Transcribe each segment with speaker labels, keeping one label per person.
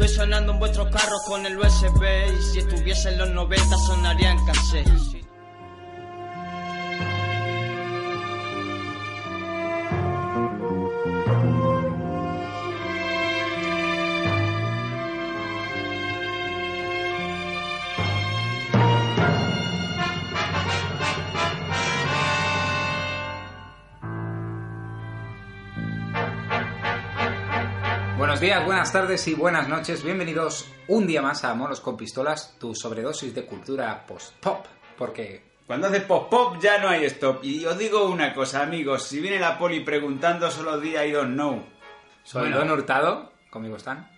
Speaker 1: Estoy sonando en vuestros carros con el USB y si estuviesen los 90 sonaría en cassette.
Speaker 2: Buenos días, buenas tardes y buenas noches. Bienvenidos un día más a Monos con Pistolas, tu sobredosis de cultura post-pop. Porque
Speaker 3: Cuando hace pop-pop ya no hay stop. Y os digo una cosa, amigos, si viene la poli preguntando solo di I don't know.
Speaker 2: soy
Speaker 3: Bueno.
Speaker 2: Don Hurtado, conmigo están.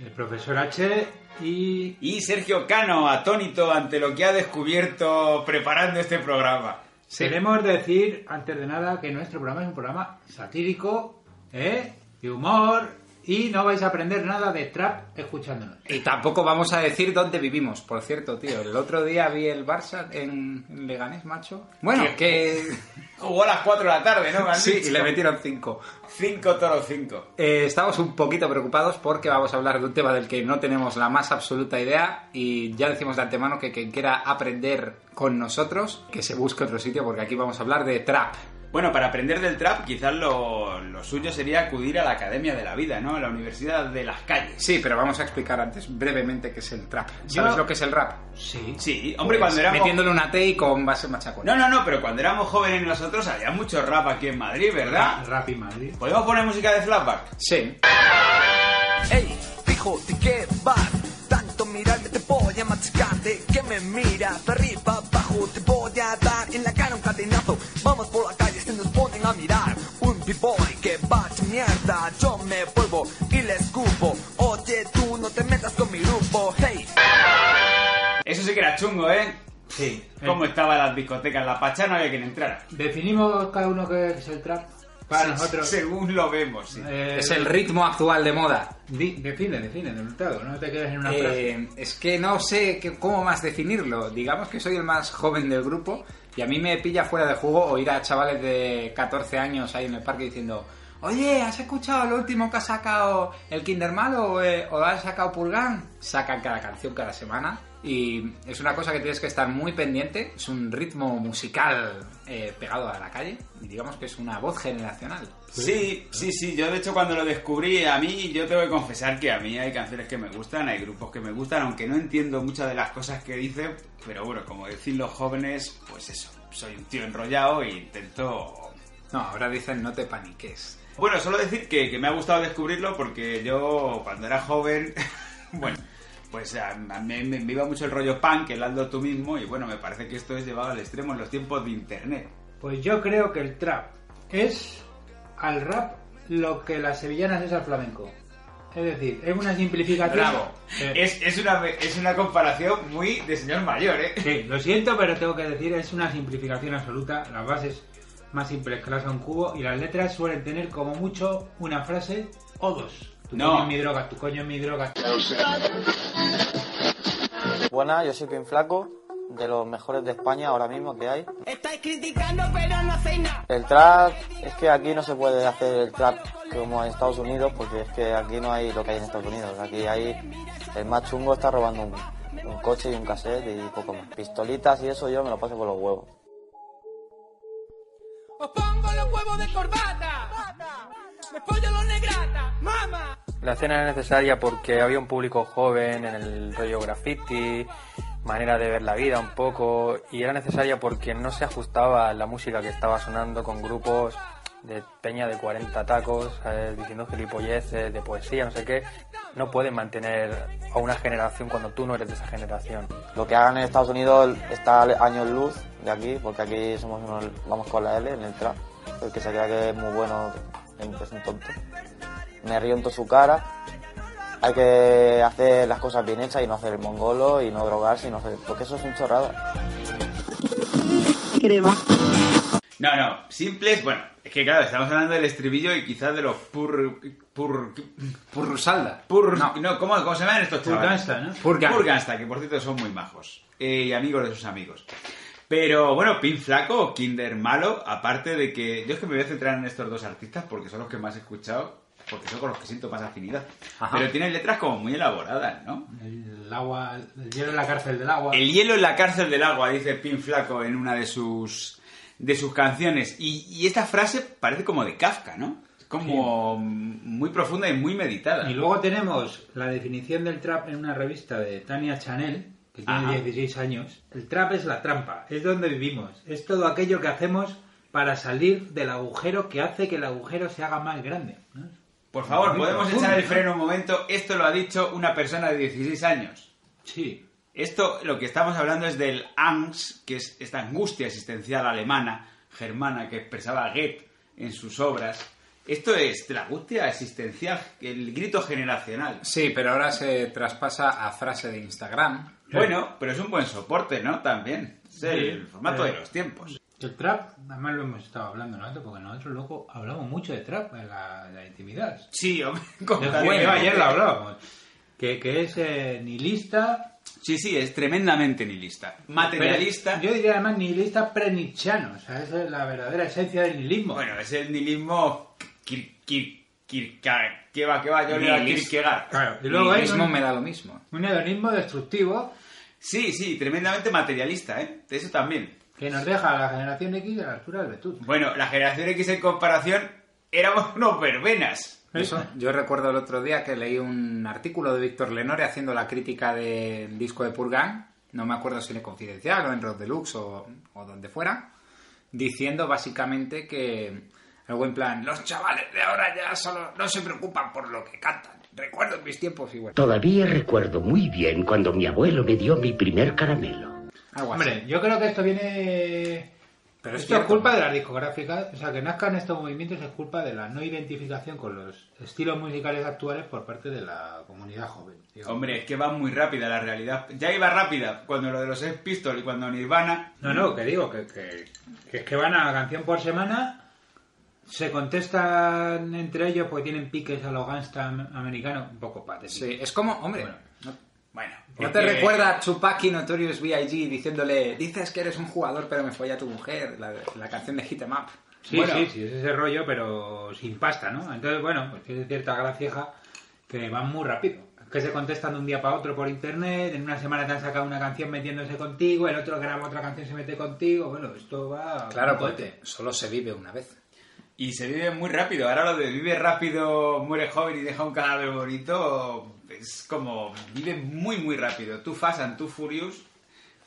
Speaker 4: El profesor H y...
Speaker 3: Y Sergio Cano, atónito ante lo que ha descubierto preparando este programa.
Speaker 2: Sí.
Speaker 4: Queremos decir, antes de nada, que nuestro programa es un programa satírico, ¿eh? de humor, y no vais a aprender nada de trap escuchándonos.
Speaker 2: Y tampoco vamos a decir dónde vivimos, por cierto, tío. El otro día vi el Barça en en Leganés, macho. Bueno, que...
Speaker 3: Jugó a las 4 de la tarde, ¿no? Me han
Speaker 2: Sí, y
Speaker 3: dicho.
Speaker 2: le metieron cinco.
Speaker 3: Cinco toros cinco.
Speaker 2: Eh, estamos un poquito preocupados porque vamos a hablar de un tema del que no tenemos la más absoluta idea y ya decimos de antemano que quien quiera aprender con nosotros, que se busque otro sitio porque aquí vamos a hablar de trap.
Speaker 3: Bueno, para aprender del trap, quizás lo, lo suyo sería acudir a la Academia de la Vida, ¿no? A la Universidad de las Calles.
Speaker 2: Sí, pero vamos a explicar antes brevemente qué es el trap. ¿Sabes
Speaker 4: Yo-
Speaker 2: lo que es el rap?
Speaker 4: Sí.
Speaker 3: Sí, hombre,
Speaker 2: Pues,
Speaker 3: cuando éramos...
Speaker 2: Metiéndole una T y con base machacón.
Speaker 3: No, no, no, pero cuando éramos jóvenes nosotros había mucho rap aquí en Madrid,
Speaker 2: Ah.
Speaker 3: ¿verdad?
Speaker 4: Rap y Madrid.
Speaker 3: ¿Podemos poner música de flashback?
Speaker 2: Sí.
Speaker 5: Ey, dijo de qué va. Tanto mirarme te voy a machacar de que me miras. De arriba abajo te voy a dar en la cara un cadenazo. Vamos por la calle se nos ponen a mirar. Un b-boy que va a mierda. Yo me vuelvo y le escupo. Oye, tú no te metas con mi grupo. Hey,
Speaker 3: Eso sí que era chungo, ¿eh?
Speaker 4: Sí.
Speaker 3: ¿Cómo estaban las discotecas? La pachá no había quien entrara.
Speaker 4: Definimos cada uno qué es el trap para nosotros.
Speaker 3: Según lo vemos, sí.
Speaker 4: Eh,
Speaker 2: Es el ritmo actual de moda.
Speaker 4: di- define, define, Don Hurtado, no te quedes en una frase.
Speaker 2: Eh, es que no sé qué- cómo más definirlo. Digamos que soy el más joven del grupo y a mí me pilla fuera de juego oír a chavales de 14 años ahí en el parque diciendo Oye, ¿has escuchado lo último que ha sacado el Kinder Malo eh, o ha sacado Purgan? Sacan cada canción cada semana y es una cosa que tienes que estar muy pendiente. Es un ritmo musical eh, pegado a la calle y digamos que es una voz generacional.
Speaker 3: Sí, sí, sí. Yo, de hecho, cuando lo descubrí, a mí, yo tengo que confesar que a mí hay canciones que me gustan, hay grupos que me gustan, aunque no entiendo muchas de las cosas que dicen. Pero bueno, como decís los jóvenes, pues eso. Soy un tío enrollado e intento
Speaker 2: No, ahora dicen no te paniques.
Speaker 3: Bueno, solo decir que, que me ha gustado descubrirlo porque yo cuando era joven, bueno, pues a, a mí me, me iba mucho el rollo punk, el hazlo tú mismo, y bueno, me parece que esto es llevado al extremo en los tiempos de internet.
Speaker 4: Pues yo creo que el trap es al rap lo que las sevillanas es al flamenco. Es decir, es una simplificación.
Speaker 3: Bravo.
Speaker 4: Eh,
Speaker 3: Es, es una, es una comparación muy de señor mayor, ¿eh?
Speaker 4: Sí, lo siento, pero tengo que decir, es una simplificación absoluta. Las bases más simples que las a un cubo y las letras suelen tener como mucho una frase o dos. Tu
Speaker 3: No.
Speaker 4: coño es mi droga, tu coño es mi droga.
Speaker 6: Buenas, yo soy Pin Flaco, de los mejores de España ahora mismo que hay.
Speaker 7: Estáis criticando, pero no hacéis nada.
Speaker 6: El trap, es que aquí no se puede hacer el trap como en Estados Unidos, porque es que aquí no hay lo que hay en Estados Unidos. Aquí hay el más chungo está robando un, un coche y un cassette y poco más. Pistolitas y eso yo me lo paso por los huevos.
Speaker 7: Os pongo los huevos de corbata. Me pollo los negrata. Mama.
Speaker 8: La escena es necesaria porque había un público joven en el rollo graffiti, manera de ver la vida un poco, y era necesaria porque no se ajustaba la música que estaba sonando con grupos de peña de 40 tacos, eh, diciendo gilipolleces, de poesía, no sé qué. No pueden mantener a una generación cuando tú no eres de esa generación.
Speaker 6: Lo que hagan en Estados Unidos está al- años luz de aquí, porque aquí somos unos, vamos con la L en el trap. El que se crea que es muy bueno es un tonto. Me río en toda su cara. Hay que hacer las cosas bien hechas y no hacer el mongolo y no drogarse y no hacer... Porque eso es un chorrado.
Speaker 2: No, no, simples, bueno, es que claro, estamos hablando del estribillo y quizás de los pur... pur...
Speaker 5: Purrusalda.
Speaker 2: pur
Speaker 5: No.
Speaker 2: no, ¿cómo, cómo se llaman estos chavales?
Speaker 8: Purgansta, ¿no?
Speaker 5: Purgan.
Speaker 2: Purgansta, que por cierto son muy majos. eh, y amigos de sus amigos. Pero bueno, Pin Flaco, Kinder Malo, aparte de que yo es que me voy a centrar en estos dos artistas porque son los que más he escuchado, porque son con los que siento más afinidad.
Speaker 5: Ajá.
Speaker 2: Pero tienen letras como muy elaboradas, ¿no?
Speaker 8: El agua, el hielo en la cárcel del agua.
Speaker 2: El hielo en la cárcel del agua, dice Pin Flaco en una de sus de sus canciones. Y, y esta frase parece como de Kafka, ¿no? Es Como muy profunda y muy meditada.
Speaker 8: Y luego tenemos la definición del trap en una revista de Tania Chanel, que tiene
Speaker 2: Ajá.
Speaker 8: 16 años. El trap es la trampa, es donde vivimos, es todo aquello que hacemos para salir del agujero que hace que el agujero se haga más grande. ¿no?
Speaker 2: Por favor,
Speaker 8: Muy
Speaker 2: podemos
Speaker 8: profundo,
Speaker 2: echar el
Speaker 8: ¿no?
Speaker 2: freno un momento. Esto lo ha dicho una persona de 16 años.
Speaker 8: Sí.
Speaker 2: Esto lo que estamos hablando es del Angst, que es esta angustia existencial alemana, germana, que expresaba Goethe en sus obras. Esto es la angustia existencial, el grito generacional.
Speaker 5: Sí, pero ahora se traspasa a frase de Instagram.
Speaker 2: Bueno, pero es un buen soporte, ¿no? También. Es el formato
Speaker 8: eh,
Speaker 2: de los tiempos.
Speaker 8: El trap, además lo hemos estado hablando nosotros, porque nosotros luego hablamos mucho de trap en la, en la intimidad.
Speaker 2: Sí, hombre. como
Speaker 8: Yo-
Speaker 2: también-
Speaker 8: yo ayer lo hablábamos. Que, que es eh, nihilista.
Speaker 2: Sí, sí, es tremendamente nihilista.
Speaker 8: pero
Speaker 2: Materialista.
Speaker 8: Yo diría además nihilista pre-nichiano. O sea, esa es la verdadera esencia del nihilismo.
Speaker 2: Bueno, es el nihilismo... Kir, kir, kirka- que va, que va, yo le iba a
Speaker 5: Nihilis-
Speaker 2: Kierkegaard.
Speaker 8: Claro, y
Speaker 5: Lo
Speaker 8: luego hay
Speaker 5: mismo
Speaker 8: un,
Speaker 5: me da lo mismo.
Speaker 8: un hedonismo destructivo
Speaker 2: Sí, sí, tremendamente materialista, ¿eh? Eso también.
Speaker 8: que nos deja a la generación X a la altura del Betún.
Speaker 2: Bueno, la generación X en comparación éramos unos verbenas.
Speaker 8: ¿Eh?
Speaker 5: Eso, yo recuerdo el otro día que leí un artículo de Víctor Lenore haciendo la crítica del disco de Purgan, no me acuerdo si en el Confidencial o en Rock Deluxe o, o donde fuera, diciendo básicamente que algo en plan, los chavales de ahora ya solo no se preocupan por lo que cantan. Recuerdo mis tiempos y bueno,
Speaker 9: Todavía recuerdo muy bien cuando mi abuelo me dio mi primer caramelo.
Speaker 5: algo así.
Speaker 8: Hombre, yo creo que esto viene...
Speaker 5: Pero es
Speaker 8: esto es
Speaker 5: cierto.
Speaker 8: culpa de las discográficas, o sea, que nazcan estos movimientos es culpa de la no identificación con los estilos musicales actuales por parte de la comunidad joven. digamos.
Speaker 2: Hombre, es que va muy rápida la realidad. Ya iba rápida cuando lo de los Sex Pistols y cuando Nirvana.
Speaker 8: No, no, que digo, que, que- que es que van a canción por semana, se contestan entre ellos porque tienen piques a los gangsta am- americanos, un poco patético.
Speaker 5: Sí, es como, hombre,
Speaker 8: Bueno.
Speaker 5: no,
Speaker 2: Bueno,
Speaker 5: ¿no
Speaker 2: es
Speaker 5: te
Speaker 2: que-
Speaker 5: recuerda a Tupac y Notorious B.I.G. diciéndole, dices que eres un jugador pero me folla tu mujer, la, la canción de Hit Em Up?
Speaker 8: Sí,
Speaker 2: Bueno.
Speaker 8: sí, sí, es ese rollo, pero sin pasta, ¿no? Entonces, bueno, pues tiene cierta gracieja que van muy rápido. Que se contestan de un día para otro por internet, en una semana te han sacado una canción metiéndose contigo, el otro graba otra canción y se mete contigo, bueno, esto va...
Speaker 5: Claro,
Speaker 8: como
Speaker 2: pues
Speaker 5: porque
Speaker 8: cohete.
Speaker 5: solo se vive una vez.
Speaker 2: Y se vive muy rápido. Ahora lo de vive rápido, muere joven y deja un cadáver bonito es como vive muy, muy rápido. Tú Fast and Tú Furious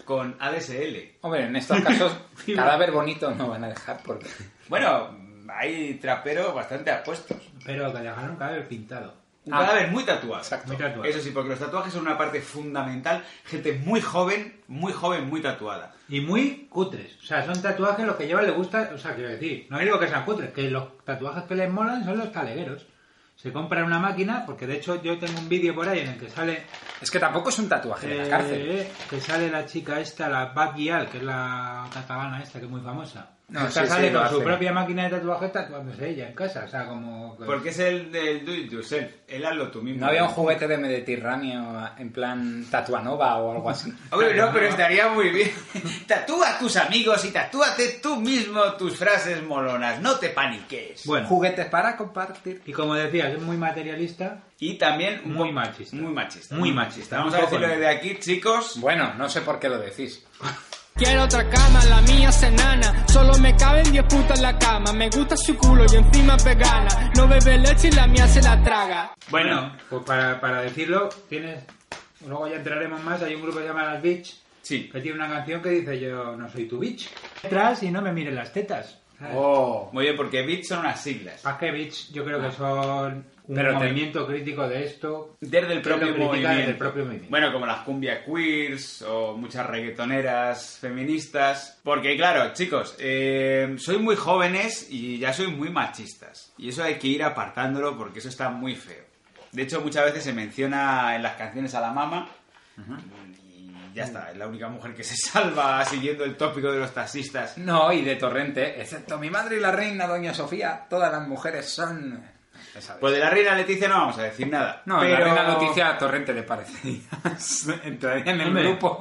Speaker 2: con ADSL.
Speaker 5: Hombre, en estos casos, cadáver bonito no van a dejar porque.
Speaker 2: Bueno, hay traperos bastante apuestos.
Speaker 8: Pero que dejaron cada vez pintado.
Speaker 2: Un
Speaker 5: Ah,
Speaker 2: cadáver muy tatuado.
Speaker 5: exacto.
Speaker 8: Muy tatuado.
Speaker 2: Eso sí, porque los tatuajes son una parte fundamental. Gente muy joven, muy joven, muy tatuada.
Speaker 8: Y muy cutres. O sea, son tatuajes los que llevan le gusta. O sea, quiero decir, no digo que sean cutres, que los tatuajes que les molan son los talegueros. Se compran una máquina, porque de hecho yo tengo un vídeo por ahí en el que sale.
Speaker 5: Es que tampoco es un tatuaje de la cárcel.
Speaker 8: eh, que sale la chica esta, la Bad Gyal, que es la catalana esta, que es muy famosa.
Speaker 5: No,
Speaker 8: Esta
Speaker 5: sí, sí,
Speaker 8: sale
Speaker 5: lo
Speaker 8: con su
Speaker 5: hace.
Speaker 8: propia máquina de tatuajes tatuándose ella en casa. O sea, como. que-
Speaker 2: Porque es el del do it yourself, el hazlo tú mismo.
Speaker 5: No había un juguete de Mediterráneo en plan Tatuanova o algo así.
Speaker 2: Hombre, no, pero estaría muy bien. Tatúa a tus amigos y tatúate tú mismo tus frases molonas, no te paniques.
Speaker 8: Bueno,
Speaker 5: Juguetes para compartir.
Speaker 8: y como decías, es muy materialista.
Speaker 2: y también un
Speaker 8: Muy
Speaker 2: po-
Speaker 8: machista.
Speaker 2: Muy machista.
Speaker 8: Muy machista.
Speaker 2: Vamos
Speaker 8: Un
Speaker 2: a
Speaker 8: poco
Speaker 2: decirlo
Speaker 8: no.
Speaker 2: desde aquí, chicos.
Speaker 5: Bueno, no sé por qué lo decís.
Speaker 10: Quiero otra cama, la mía es enana. Solo me caben 10 putas en la cama. Me gusta su culo y encima es vegana. No bebe leche y la mía se la traga.
Speaker 2: Bueno,
Speaker 8: pues para, para decirlo, tienes. Luego ya entraremos más. Hay un grupo que se llama Las Beach.
Speaker 2: sí.
Speaker 8: que tiene una canción que dice yo no soy tu bitch. Detrás y no me miren las tetas. ¿sabes?
Speaker 5: Oh.
Speaker 2: Muy bien, porque bits son unas siglas.
Speaker 8: Más que bitch, yo creo que son un
Speaker 5: Ah. Pero te-
Speaker 8: movimiento crítico de esto.
Speaker 2: Desde el
Speaker 8: que lo
Speaker 2: propio,
Speaker 8: critica
Speaker 2: movimiento.
Speaker 8: desde el propio movimiento.
Speaker 2: Bueno, como las cumbia queers o muchas reggaetoneras feministas. Porque claro, chicos, eh, sois muy jóvenes y ya sois muy machistas. Y eso hay que ir apartándolo porque eso está muy feo.
Speaker 10: De hecho, muchas veces se menciona en las canciones a la mama. Y ya está, es la única mujer que se salva siguiendo el tópico de los taxistas.
Speaker 2: No, y de Torrente, excepto mi madre y la reina Doña Sofía, todas las mujeres son... ya sabes.
Speaker 10: Pues de la reina Leticia no vamos a decir nada.
Speaker 2: no,
Speaker 10: pero...
Speaker 2: la reina Leticia a Torrente le parecerías. Entraría en el
Speaker 8: Hombre.
Speaker 2: grupo.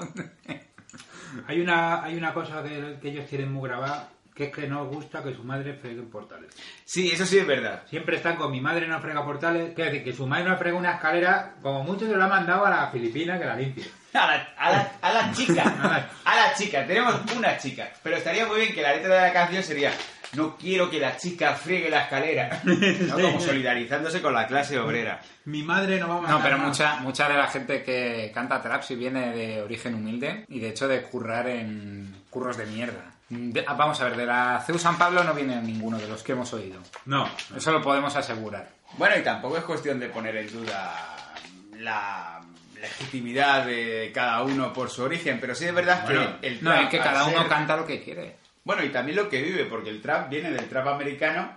Speaker 8: Hay una, hay una cosa que, que ellos tienen muy grabada, que es que no gusta que su madre fregue portales.
Speaker 10: Sí, eso sí es verdad.
Speaker 8: Siempre están con mi madre no frega portales. Quiero decir, que su madre no frega una escalera, como mucho se lo ha mandado a la Filipina que la limpie.
Speaker 10: A la, a la- a la chica, a la chica, tenemos una chica. Pero estaría muy bien que la letra de la canción sería No quiero que la chica friegue la escalera. ¿no? Como solidarizándose con la clase obrera.
Speaker 8: Mi madre no va a mandar
Speaker 2: No, pero
Speaker 8: nada.
Speaker 2: mucha, mucha de la gente que canta trap sí viene de origen humilde y de hecho de currar en curros de mierda. De- ah, vamos a ver, de la CEU San Pablo no viene ninguno de los que hemos oído.
Speaker 8: No.
Speaker 2: Eso lo podemos asegurar.
Speaker 10: Bueno, y tampoco es cuestión de poner en duda la legitimidad de cada uno por su origen, pero sí es verdad
Speaker 8: Bueno,
Speaker 10: que el
Speaker 2: No,
Speaker 10: trap,
Speaker 2: es que
Speaker 10: al
Speaker 2: cada uno
Speaker 10: ser-
Speaker 2: canta lo que quiere.
Speaker 10: Bueno, y también lo que vive, porque el trap viene del trap americano,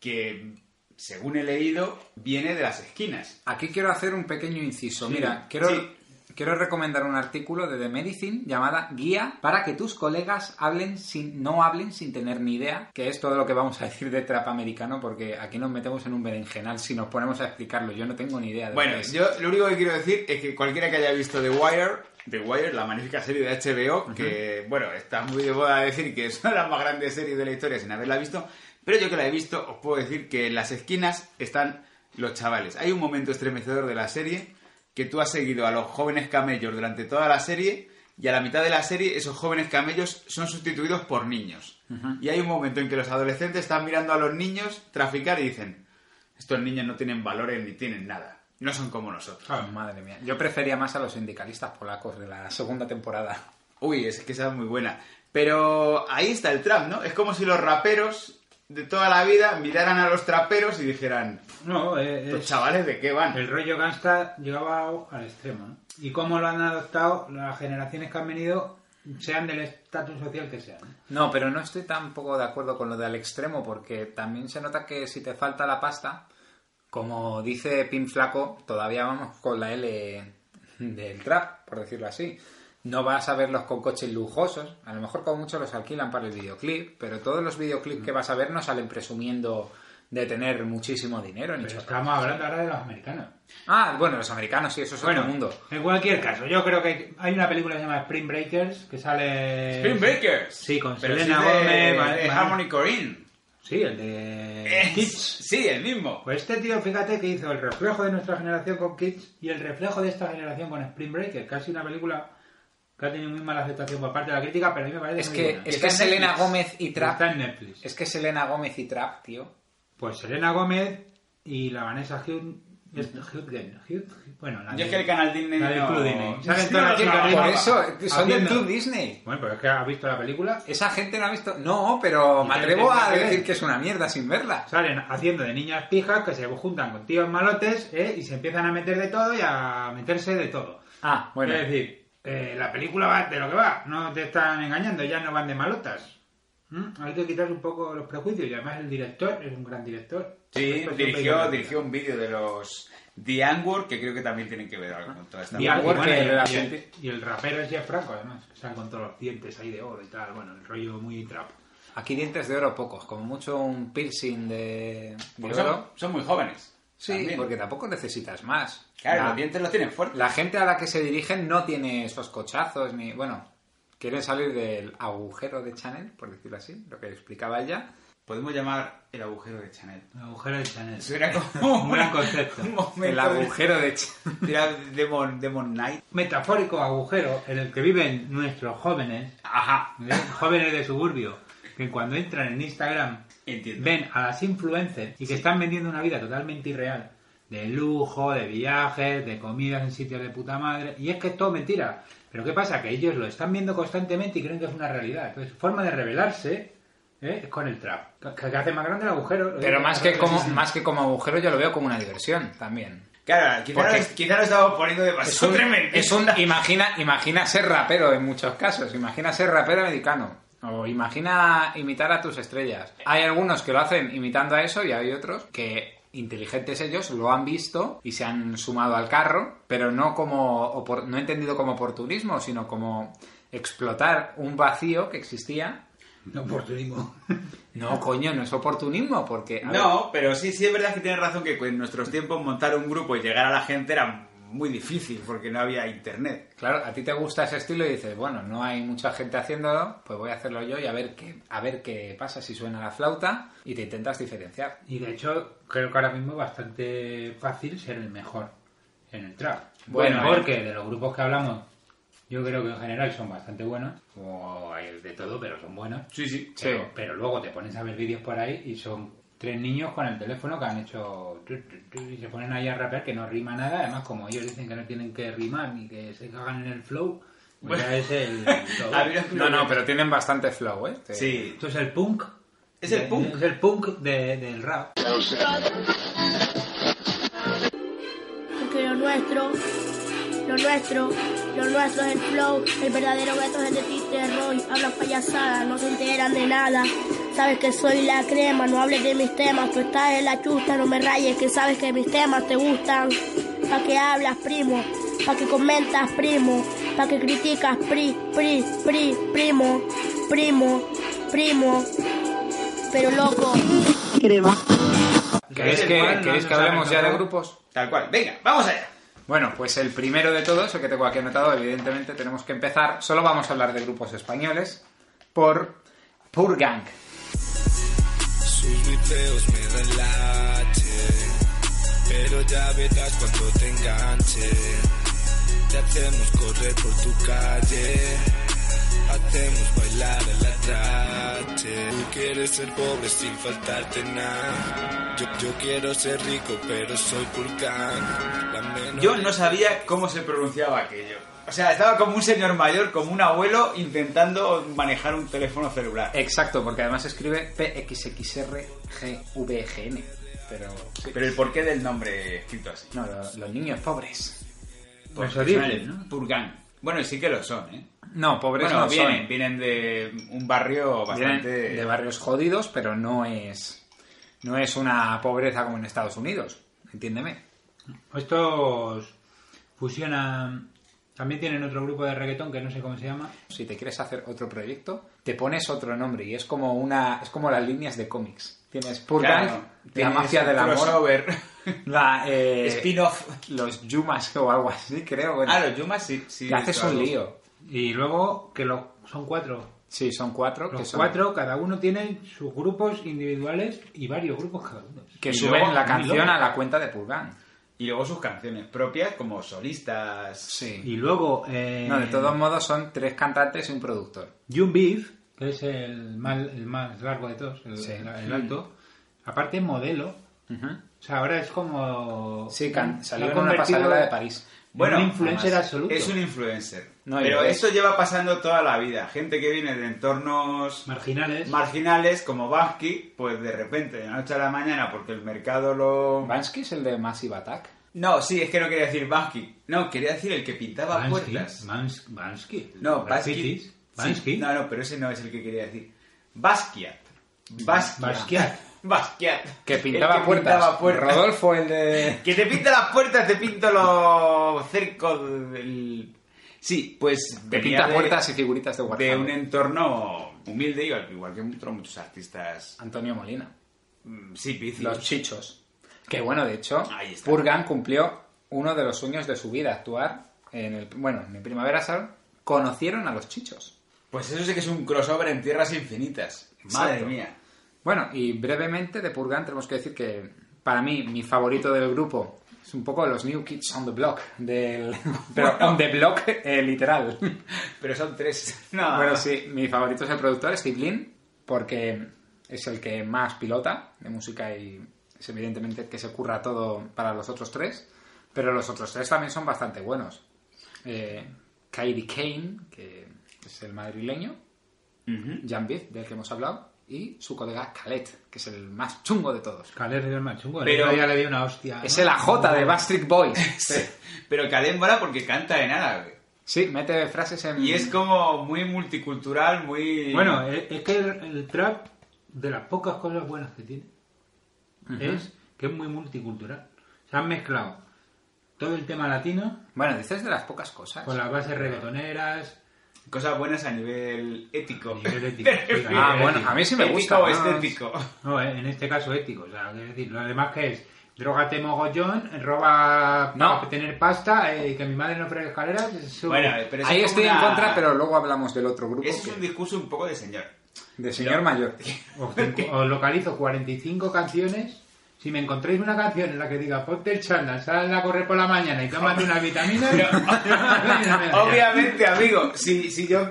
Speaker 10: que según he leído, viene de las esquinas.
Speaker 2: Aquí quiero hacer un pequeño inciso. Mira, quiero,
Speaker 10: sí.
Speaker 2: quiero recomendar un artículo de The Medicine llamada Guía para que tus colegas hablen sin, no hablen sin tener ni idea, que es todo lo que vamos a decir de trap americano, porque aquí nos metemos en un berenjenal si nos ponemos a explicarlo. Yo no tengo ni idea de lo
Speaker 10: Bueno,
Speaker 2: que es.
Speaker 10: yo lo único que quiero decir es que cualquiera que haya visto The Wire, The Wire, la magnífica serie de HBO, que bueno, está muy de moda decir que es una de las más grandes series de la historia sin haberla visto, pero yo que la he visto os puedo decir que en las esquinas están los chavales. Hay un momento estremecedor de la serie que tú has seguido a los jóvenes camellos durante toda la serie y a la mitad de la serie esos jóvenes camellos son sustituidos por niños. Y hay un momento en que los adolescentes están mirando a los niños traficar y dicen, estos niños no tienen valores ni tienen nada. No son como nosotros.
Speaker 2: Ah, madre mía. Yo prefería más a los sindicalistas polacos de la segunda temporada.
Speaker 10: Uy, es que esa es muy buena. Pero ahí está el trap, ¿no? Es como si los raperos de toda la vida miraran a los traperos y dijeran,
Speaker 8: No, eh,
Speaker 10: ¿los
Speaker 8: es-
Speaker 10: chavales de qué van?
Speaker 8: el rollo gangsta llegaba al extremo. ¿no? Y cómo lo han adoptado las generaciones que han venido, sean del estatus social que sean. ¿no?
Speaker 2: No, pero no estoy tampoco de acuerdo con lo del extremo, porque también se nota que si te falta la pasta, como dice Pin Flaco, todavía vamos con la L del trap, por decirlo así. No vas a verlos con coches lujosos, a lo mejor como mucho los alquilan para el videoclip, pero todos los videoclips
Speaker 8: Mm.
Speaker 2: que vas a ver no salen presumiendo de tener muchísimo dinero. Ni
Speaker 8: Pero
Speaker 2: chorra.
Speaker 8: estamos hablando ahora de los americanos.
Speaker 2: Ah, bueno, los americanos, sí, eso es
Speaker 8: Bueno,
Speaker 2: otro mundo.
Speaker 8: en cualquier caso, yo creo que hay una película que se llama Spring Breakers que sale.
Speaker 10: Spring Breakers.
Speaker 8: Sí, con
Speaker 10: Pero
Speaker 8: Selena
Speaker 10: sí de-
Speaker 8: Gomez, Ma-
Speaker 10: de
Speaker 8: Ma-
Speaker 10: Harmony Corinne.
Speaker 8: Sí, el de.
Speaker 10: Eh,
Speaker 8: Kids.
Speaker 10: Sí, el mismo.
Speaker 8: Pues este tío, fíjate que hizo el reflejo de nuestra generación con Kids y el reflejo de esta generación con Spring Breakers. Casi una película que ha tenido muy mala aceptación por parte de la crítica, pero a mí me parece
Speaker 2: Es
Speaker 8: muy
Speaker 2: que,
Speaker 8: buena.
Speaker 2: es
Speaker 10: Está
Speaker 2: que
Speaker 10: en
Speaker 2: Selena
Speaker 10: Netflix.
Speaker 2: Gómez y Trap.
Speaker 8: Está en Netflix.
Speaker 2: Es que Selena Gómez y Trap, tío.
Speaker 8: Pues Selena Gómez y la Vanessa Hudgen. Bueno, la
Speaker 10: Yo
Speaker 8: de-
Speaker 10: es que el canal Disney
Speaker 8: La del
Speaker 10: no-
Speaker 8: Club Disney.
Speaker 10: Sí,
Speaker 8: Salen todas las
Speaker 10: no,
Speaker 8: chicas
Speaker 10: no,
Speaker 8: ahí
Speaker 10: por
Speaker 2: Por
Speaker 8: guapas.
Speaker 2: eso, son del
Speaker 8: Haciendo-
Speaker 2: Club Disney.
Speaker 8: Bueno, pero es que has visto la película.
Speaker 2: Esa gente no ha visto. No, pero me atrevo
Speaker 8: tendrá
Speaker 2: a
Speaker 8: que ver.
Speaker 2: decir que es una mierda sin verla.
Speaker 8: Salen haciendo de niñas pijas que se juntan con tíos malotes ¿eh? y se empiezan a meter de todo y a meterse de todo.
Speaker 2: Ah, bueno.
Speaker 8: Es decir, eh, la película va de lo que va. No te están engañando, ya no van de malotas. ¿Mm? Hay que quitar un poco los prejuicios y además el director es un gran director.
Speaker 10: Sí,
Speaker 8: Esto pues siempre hay
Speaker 10: dirigió,
Speaker 8: que-
Speaker 10: dirigió un vídeo de los The Antwoord, que creo que también tienen que ver algo con toda esta
Speaker 8: Y,
Speaker 2: Antwoord,
Speaker 8: algo, bueno, y-
Speaker 2: que la
Speaker 8: y el-
Speaker 2: gente-
Speaker 8: y el rapero es Jeff Franco, además, que sale con todos los dientes ahí de oro y tal, bueno, el rollo muy trap.
Speaker 2: Aquí dientes de oro pocos, como mucho un piercing de, de
Speaker 10: Porque son,
Speaker 2: oro.
Speaker 10: son muy jóvenes.
Speaker 2: Sí,
Speaker 10: también.
Speaker 2: porque tampoco necesitas más.
Speaker 10: Claro,
Speaker 2: la,
Speaker 10: los dientes los tienen fuertes.
Speaker 2: la gente a la que se dirigen no tiene esos cochazos ni. Bueno, quieren salir del agujero de Chanel, por decirlo así, lo que explicaba ella.
Speaker 10: Podemos llamar el agujero de Chanel.
Speaker 8: El agujero de Chanel.
Speaker 10: Eso era como
Speaker 8: Un gran concepto.
Speaker 10: un momento
Speaker 2: El agujero de Chanel.
Speaker 10: de- Era Demon, Demon Knight.
Speaker 8: Metafórico agujero en el que viven nuestros jóvenes,
Speaker 10: Ajá.
Speaker 8: ¿eh? jóvenes de suburbio, que cuando entran en Instagram
Speaker 10: Entiendo.
Speaker 8: ven a las influencers y que están vendiendo una vida totalmente irreal. De lujo, de viajes, de comidas en sitios de puta madre. Y es que es todo mentira. Pero ¿qué pasa? Que ellos lo están viendo constantemente y creen que es una realidad. Entonces, su forma de revelarse ¿eh? es con el trap. Que, que hace más grande el agujero. lo
Speaker 2: Pero
Speaker 8: digo,
Speaker 2: más
Speaker 8: claro,
Speaker 2: que, como,
Speaker 8: sí, sí.
Speaker 2: más que como agujero, yo lo veo como una diversión también.
Speaker 10: Claro, quizá,
Speaker 2: Porque-
Speaker 10: lo, quizá lo estamos poniendo de
Speaker 2: Es
Speaker 10: paso
Speaker 2: un,
Speaker 10: tremendo.
Speaker 2: es un- imagina, imagina ser rapero en muchos casos, imagina ser rapero americano. O imagina imitar a tus estrellas. Hay algunos que lo hacen imitando a eso y hay otros que inteligentes ellos, lo han visto y se han sumado al carro, pero no como opor- no entendido como oportunismo, sino como explotar un vacío que existía.
Speaker 8: No oportunismo.
Speaker 2: No, coño, no es oportunismo, porque... a ver,
Speaker 10: No, pero sí, sí es verdad que tienes razón que en nuestros tiempos montar un grupo y llegar a la gente era muy difícil porque no había internet.
Speaker 2: Claro, a ti te gusta ese estilo y dices, bueno, no hay mucha gente haciéndolo, pues voy a hacerlo yo y a ver qué, a ver qué pasa si suena la flauta y te intentas diferenciar.
Speaker 8: Y de hecho, creo que ahora mismo es bastante fácil ser el mejor en el trap.
Speaker 2: Bueno,
Speaker 8: Bueno,
Speaker 2: eh.
Speaker 8: porque de los grupos que hablamos, yo creo que en general son bastante buenos. O hay de todo, pero son buenos.
Speaker 10: Sí, sí.
Speaker 8: Pero, pero luego te pones a ver vídeos por ahí y son tres niños con el teléfono que han hecho... tu, tu, tu, Y se ponen ahí a rapear que no rima nada. Además, como ellos dicen que no tienen que rimar ni que se cagan en el flow, pues ya es el... todo.
Speaker 10: A ver,
Speaker 2: No, no, pero tienen bastante flow, ¿eh? Te-
Speaker 10: Sí.
Speaker 8: Esto es el punk.
Speaker 10: Es el punk.
Speaker 8: Es el punk de- del rap.
Speaker 11: Porque lo nuestro, lo nuestro, lo nuestro es el flow. El verdadero gato es el de Tite Roy. Hablan payasadas, no se enteran de nada. Sabes que soy la crema, no hables de mis temas. Tú estás en la chusta, no me rayes, que sabes que mis temas te gustan. Pa' que hablas, primo. Pa' que comentas, primo. Pa' que criticas, pri, pri, pri, primo, primo, primo. Pero loco.
Speaker 2: ¿Queréis que,
Speaker 8: Igual no
Speaker 2: queréis que
Speaker 8: nos
Speaker 2: hablemos ya de
Speaker 8: arrancamos.
Speaker 2: grupos?
Speaker 10: Tal cual. Venga, vamos allá.
Speaker 2: Bueno, pues el primero de todos, el que tengo aquí anotado, evidentemente tenemos que empezar. Solo vamos a hablar de grupos españoles por Purgang.
Speaker 12: Sus videos me relate, pero ya verás cuando te enganche. Te hacemos correr por tu calle, hacemos bailar a la trate. Tú quieres ser pobre sin faltarte nada. Yo, yo quiero ser rico, pero soy Purgan. La menos-
Speaker 10: Yo no sabía cómo se pronunciaba aquello. O sea, estaba como un señor mayor, como un abuelo, intentando manejar un teléfono celular.
Speaker 2: Exacto, porque además escribe PXXRGVGN. Pero. sí.
Speaker 10: Pero el porqué del nombre escrito así.
Speaker 2: No, lo- los niños pobres. Pues
Speaker 10: Porque
Speaker 8: Eso dicen,
Speaker 10: son el
Speaker 8: ¿no?
Speaker 10: Purgan. Bueno, y sí que lo son, ¿eh?
Speaker 2: No, pobres
Speaker 10: Bueno,
Speaker 2: no
Speaker 10: vienen,
Speaker 2: son.
Speaker 10: vienen de un barrio
Speaker 2: Vienen
Speaker 10: bastante...
Speaker 2: de barrios jodidos, pero no es. No es una pobreza como en Estados Unidos. Entiéndeme.
Speaker 8: Estos fusionan. También tienen otro grupo de reggaetón que no sé cómo se llama.
Speaker 2: Si te quieres hacer otro proyecto, te pones otro nombre y es como una. es como las líneas de cómics. Tienes Purgang,
Speaker 10: Claro,
Speaker 2: la
Speaker 10: tienes
Speaker 2: mafia
Speaker 10: un
Speaker 2: del amor.
Speaker 10: crossover.
Speaker 2: La, eh,
Speaker 10: Spin-off.
Speaker 2: Los Yumas o algo así, creo. Bueno,
Speaker 10: Ah, los Yumas sí. sí
Speaker 2: te haces
Speaker 10: claro.
Speaker 2: un lío.
Speaker 8: Y luego, que lo, son cuatro.
Speaker 2: Sí, son cuatro. que
Speaker 8: Los
Speaker 2: son-
Speaker 8: cuatro, cada uno tiene sus grupos individuales y varios grupos cada uno.
Speaker 2: que
Speaker 10: Y
Speaker 2: suben
Speaker 10: luego,
Speaker 2: la
Speaker 10: y
Speaker 2: canción
Speaker 10: luego.
Speaker 2: a la cuenta de Purgan.
Speaker 10: Y luego sus canciones propias como solistas.
Speaker 2: Sí.
Speaker 8: Y luego. Eh,
Speaker 2: No, de todos modos son tres cantantes y un productor.
Speaker 8: June Beef, que es el más, el más largo de todos, el,
Speaker 2: Sí.
Speaker 8: el- el alto. Aparte, modelo. O sea, ahora es como.
Speaker 2: Sí, can-
Speaker 8: se
Speaker 2: salió
Speaker 8: ha
Speaker 2: en una
Speaker 8: convertido
Speaker 2: pasarela de París.
Speaker 8: en un influencer
Speaker 10: además,
Speaker 8: absoluto.
Speaker 10: Es un influencer.
Speaker 2: No, y
Speaker 10: Pero
Speaker 2: lo es.
Speaker 10: esto lleva pasando toda la vida. Gente que viene de entornos
Speaker 8: Marginales.
Speaker 10: marginales como Bansky, pues de repente, de la noche a la mañana, porque el mercado lo...
Speaker 2: Bansky es el de Massive Attack.
Speaker 10: No, sí, es que no quería decir Bansky. No, quería decir el que pintaba
Speaker 8: Bansky,
Speaker 10: puertas.
Speaker 8: Mans- Bansky.
Speaker 10: No, Bansky.
Speaker 8: Graffitis. Bansky.
Speaker 10: Sí, no, no, pero ese no es el que quería decir. Basquiat. Basquiat.
Speaker 8: Mm, Basquiat.
Speaker 10: Basquiat.
Speaker 2: Que
Speaker 10: El
Speaker 2: pintaba puertas.
Speaker 10: pintaba puertas.
Speaker 2: Rodolfo, el de.
Speaker 10: Que te pinta las puertas, te pinto los cercos del... Sí, pues...
Speaker 2: Que
Speaker 10: venía
Speaker 2: pinta
Speaker 10: de-
Speaker 2: puertas y figuritas de
Speaker 10: de un
Speaker 2: Warhammer.
Speaker 10: entorno humilde, igual, igual que otros muchos artistas.
Speaker 2: Antonio Molina.
Speaker 10: mm, Sí, pícidos.
Speaker 2: Los Chichos. Que bueno, de hecho,
Speaker 10: Ahí está.
Speaker 2: Purgan cumplió uno de los sueños de su vida, actuar en el. Bueno, en el Primavera Sound conocieron a los Chichos.
Speaker 10: Pues eso sí que es un crossover en tierras infinitas. Madre
Speaker 2: Exacto.
Speaker 10: mía.
Speaker 2: Bueno, y brevemente de Purgan tenemos que decir que para mí, mi favorito del grupo es un poco los New Kids on the Block. Del... Pero on the block, eh, literal.
Speaker 10: Pero son tres. No,
Speaker 2: Bueno, sí, mi favorito es el productor, Steve Lin, porque es el que más pilota de música y es evidentemente el que se curra todo para los otros tres, pero los otros tres también son bastante buenos. Eh, Kairi Kane, que es el madrileño, Jan Beef, del que hemos hablado, y su colega Khaled, que es el más chungo de todos.
Speaker 8: Calés es el más chungo.
Speaker 10: Pero-
Speaker 8: Pero ya le di una hostia.
Speaker 2: Es
Speaker 8: ¿no?
Speaker 2: el AJ de Bastric Boys.
Speaker 10: Ah, Sí. Pero Calem mola porque canta en árabe.
Speaker 2: Sí, mete frases en...
Speaker 10: Y es como muy multicultural, muy...
Speaker 8: Bueno, eh, es, es que el, el trap, de las pocas cosas buenas que tiene, es que es muy multicultural. Se han mezclado todo el tema latino.
Speaker 2: Bueno, dices de las pocas cosas.
Speaker 8: Con las bases reggaetoneras.
Speaker 10: Cosas buenas a nivel ético.
Speaker 8: nivel ético, sí, a
Speaker 2: Ah,
Speaker 8: nivel
Speaker 2: bueno,
Speaker 8: ético.
Speaker 2: a mí sí me
Speaker 10: Ético
Speaker 2: gusta. Ah,
Speaker 10: o
Speaker 2: más.
Speaker 10: estético.
Speaker 8: No, eh, en este caso ético. O sea, quiero decir, lo demás que es, drogate mogollón, roba
Speaker 2: No.
Speaker 8: para tener pasta, eh, que mi madre no fregue escaleras. es un-
Speaker 10: Bueno, pero eso
Speaker 2: Ahí
Speaker 10: es
Speaker 2: estoy
Speaker 10: como
Speaker 2: en
Speaker 10: una-
Speaker 2: contra, pero luego hablamos del otro grupo.
Speaker 10: Ese
Speaker 2: que-
Speaker 10: es un discurso un poco de señor.
Speaker 2: De señor mayor.
Speaker 8: Os, cinco- os localizo 45 canciones. Si me encontréis una canción en la que diga ponte el chándal, sal a correr por la mañana y tómate una vitamina...
Speaker 10: Obviamente, amigo, si, si yo...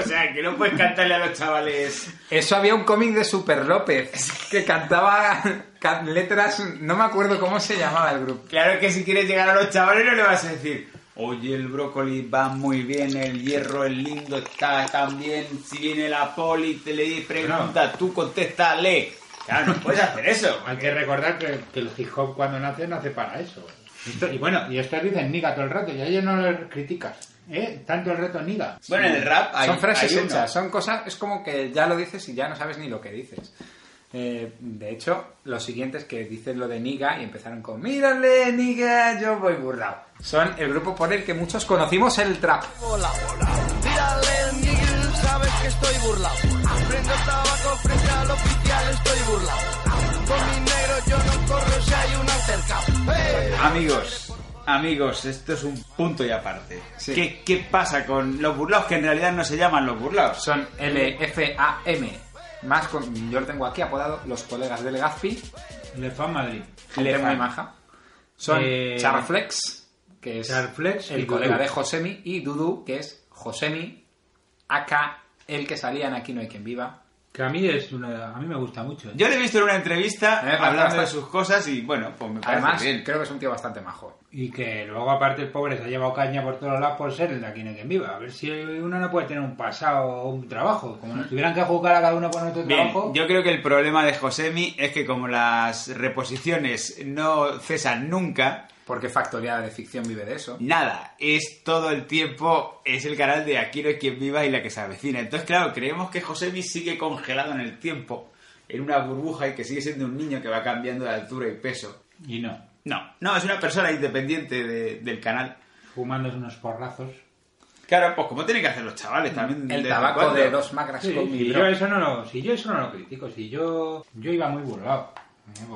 Speaker 10: o sea, que no puedes cantarle a los chavales...
Speaker 2: Eso había un cómic de Super López que cantaba can- letras, no me acuerdo cómo se llamaba el grupo.
Speaker 10: Claro que si quieres llegar a los chavales no le vas a decir, oye, el brócoli va muy bien, el hierro es lindo, está tan bien, si viene la poli, te le pregunta, tú contéstale. Claro, no puedes hacer eso.
Speaker 8: Hay que recordar que, que el hip hop cuando nace nace para eso. Esto- y bueno, y estos dicen niga todo el rato y a ellos no les criticas. ¿eh? Tanto el reto niga.
Speaker 10: Bueno, en el rap hay,
Speaker 2: son frases
Speaker 10: hay uno.
Speaker 2: hechas, son cosas, es como que ya lo dices y ya no sabes ni lo que dices. Eh, de hecho, los siguientes que dicen lo de Niga y empezaron con Mírale, Niga, yo voy burlao. Son el grupo por el que muchos conocimos el trap.
Speaker 12: Hola, hola. Tírale, Miguel, sabes que estoy burlado. Prendo tabaco frente al oficial, estoy burlado. Con mi negro yo no corro si hay una cerca. ¡Hey!
Speaker 10: Amigos, amigos, esto es un punto y aparte.
Speaker 2: Sí.
Speaker 10: ¿Qué, ¿Qué pasa con los burlados que en realidad no se llaman los burlados?
Speaker 2: Son LFAM, más con, yo lo tengo aquí apodado los colegas del Legazpi,
Speaker 8: Le fan Madrid.
Speaker 2: gente muy maja. Son
Speaker 8: Eh,
Speaker 2: Charflex, que es
Speaker 8: Charflex y
Speaker 2: el
Speaker 8: Dudu.
Speaker 2: colega de Josemi, y Dudu, que es Josemi, acá el que salía en Aquí no hay quien viva.
Speaker 8: Que a mí, es una- a mí me gusta mucho. ¿eh?
Speaker 10: Yo le he visto en una entrevista
Speaker 2: Me parece
Speaker 10: hablando de
Speaker 2: bastante-
Speaker 10: sus cosas y bueno, pues me parece
Speaker 2: Además,
Speaker 10: bien.
Speaker 2: creo que es un tío bastante majo.
Speaker 8: Y que luego, aparte, el pobre se ha llevado caña por todos lados por ser el de aquí no hay quien viva. A ver si uno no puede tener un pasado o un trabajo. Como nos tuvieran que juzgar a cada uno por nuestro
Speaker 10: Mm. Bien,
Speaker 8: trabajo.
Speaker 10: yo creo que el problema de Josemi es que como las reposiciones no cesan nunca,
Speaker 2: Porque Factoría de Ficción vive de eso.
Speaker 10: nada, es todo el tiempo, es el canal de Aquí no hay quien viva y la que se avecina. Entonces, claro, creemos que Josemi sigue congelado en el tiempo, en una burbuja y que sigue siendo un niño que va cambiando de altura y peso.
Speaker 8: Y no,
Speaker 10: No, no, es una persona independiente de- del canal.
Speaker 8: fumándose unos porrazos.
Speaker 10: Claro, pues como tienen que hacer los chavales también. de vez
Speaker 2: El
Speaker 10: en
Speaker 2: tabaco
Speaker 10: cuando.
Speaker 2: de dos magras
Speaker 8: Sí,
Speaker 2: con
Speaker 8: si
Speaker 2: mi
Speaker 8: yo
Speaker 2: bro.
Speaker 8: eso no lo, si yo eso no lo critico, si yo yo iba muy burlado. ¿eh?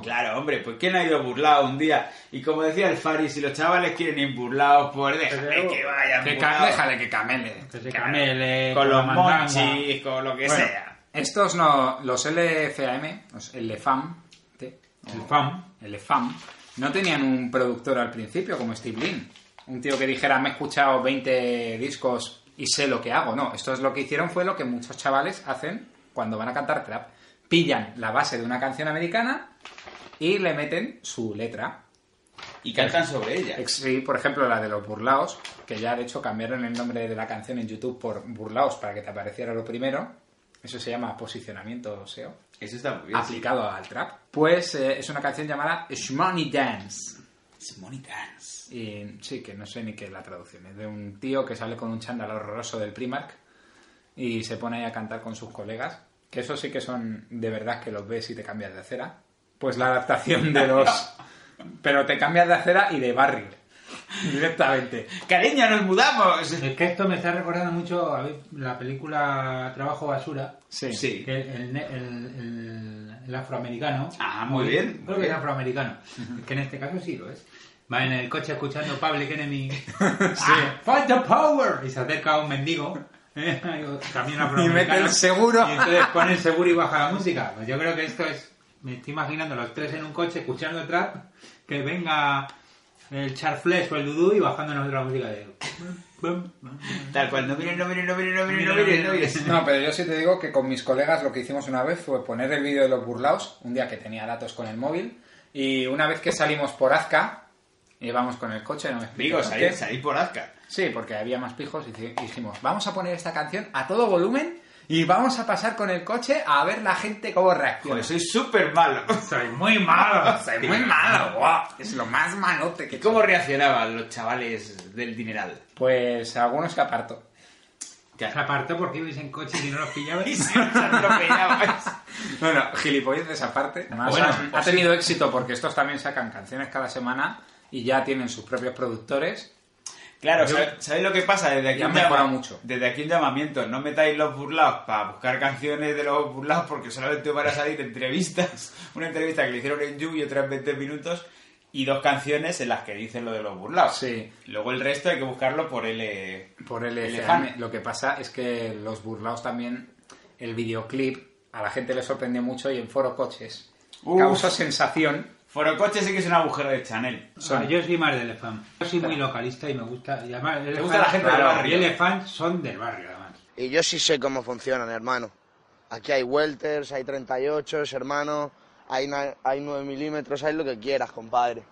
Speaker 10: Claro, hombre, pues ¿quién ha ido burlado un día? Y como decía el Fari, si los chavales quieren ir burlados, pues déjale
Speaker 8: Pero-
Speaker 10: que vayan
Speaker 2: Que ca-
Speaker 10: burlados.
Speaker 2: déjale que camele.
Speaker 8: Que se camele,
Speaker 10: con los
Speaker 8: la mandanga.
Speaker 10: monchis, con lo que
Speaker 2: Bueno,
Speaker 10: sea.
Speaker 2: estos no, los LFAM, los LFAM, te-
Speaker 8: El fam.
Speaker 2: LFAM, no tenían un productor al principio como Steve Lin. Un tío que dijera, me he escuchado 20 discos y sé lo que hago. No, esto es lo que hicieron fue lo que muchos chavales hacen cuando van a cantar trap. Pillan la base de una canción americana y le meten su letra.
Speaker 10: Y cantan sobre ella.
Speaker 2: eh, Ex- Sí, por ejemplo, la de los burlaos, que ya de hecho cambiaron el nombre de la canción en YouTube por burlaos para que te apareciera lo primero. Eso se llama posicionamiento SEO,
Speaker 10: Eso está muy bien.
Speaker 2: aplicado al trap. Pues eh, es una canción llamada Shmoney Dance.
Speaker 10: It's money dance.
Speaker 2: Y sí, que no sé ni qué es la traducción. Es de un tío que sale con un chándal horroroso del Primark y se pone ahí a cantar con sus colegas. Que eso sí que son de verdad que los ves y te cambias de acera. Pues la adaptación de los. Pero te cambias de acera y de barrio. Directamente.
Speaker 10: Cariño, nos mudamos.
Speaker 8: Es que esto me está recordando mucho a ver, la película Trabajo Basura,
Speaker 2: Sí.
Speaker 10: Sí.
Speaker 8: que el, ne- el- el- el afroamericano.
Speaker 10: Ah, muy
Speaker 8: o-
Speaker 10: bien, muy
Speaker 8: Creo que es
Speaker 10: bien.
Speaker 8: afroamericano. que en este caso sí lo es. Va en el coche escuchando Public Enemy. Ah, Fight the power! Y se acerca a un mendigo. eh, También afroamericano.
Speaker 2: Y mete el seguro.
Speaker 8: Y entonces pone el seguro y baja la música. Pues yo creo que esto es. Me estoy imaginando los tres en un coche escuchando trap. Que venga el Charfles o el Dudu y bajando nosotros la música de.
Speaker 10: Tal cual, no mires, no mires, no mires, no mires, no mires, no mires.
Speaker 2: No, pero yo sí te digo que con mis colegas lo que hicimos una vez fue poner el vídeo de los burlaos, un día que tenía datos con el móvil, y una vez que salimos por Azca, íbamos con el coche, no me explico.
Speaker 10: Amigos,
Speaker 2: por
Speaker 10: salid,
Speaker 2: qué.
Speaker 10: salid por Azca.
Speaker 2: Sí, porque había más pijos y dij- dijimos, vamos a poner esta canción a todo volumen y vamos a pasar con el coche a ver la gente cómo reacciona.
Speaker 10: Joder, soy súper malo.
Speaker 8: Soy muy malo.
Speaker 2: Soy muy malo, guau, es lo más malote que...
Speaker 10: ¿Y cómo reaccionaban los chavales del dineral?
Speaker 2: Pues algunos que aparto.
Speaker 8: Se apartó porque ibais en coche y no los pillabais.
Speaker 10: Se atropellaban.
Speaker 3: Bueno, gilipolleces aparte.
Speaker 8: Más
Speaker 3: bueno,
Speaker 8: así.
Speaker 2: pues
Speaker 3: ha tenido éxito porque estos también sacan canciones cada semana y ya tienen sus propios productores.
Speaker 2: Claro,
Speaker 3: Yo-
Speaker 2: ¿sabéis- ¿sabéis lo que pasa? Desde aquí,
Speaker 3: Ya
Speaker 2: un
Speaker 3: han mejorado
Speaker 2: llama-
Speaker 3: mucho.
Speaker 2: desde aquí un llamamiento, no metáis los burlados para buscar canciones de los burlados porque solamente van a salir entrevistas, una entrevista que le hicieron en You y otra en 20 minutos y dos canciones en las que dicen lo de los burlados.
Speaker 3: Sí.
Speaker 2: Luego el resto hay que buscarlo por L...
Speaker 3: por el
Speaker 2: Elefante.
Speaker 3: Lo que pasa es que los burlados también, el videoclip, a la gente le sorprendió mucho y en Foro Coches
Speaker 2: Uf.
Speaker 3: causó sensación.
Speaker 2: Foro Coche sí que es un agujero de Chanel.
Speaker 8: Ah, yo soy más del elefant. Yo soy muy localista y me gusta. Y además, Elefant-
Speaker 2: gusta la gente del
Speaker 8: claro,
Speaker 2: barrio.
Speaker 8: Y elefant son del barrio, además.
Speaker 13: Y yo sí sé cómo funcionan, hermano. Aquí hay welters, hay 38, hermano, hay, na- hay 9 milímetros, hay lo que quieras, compadre.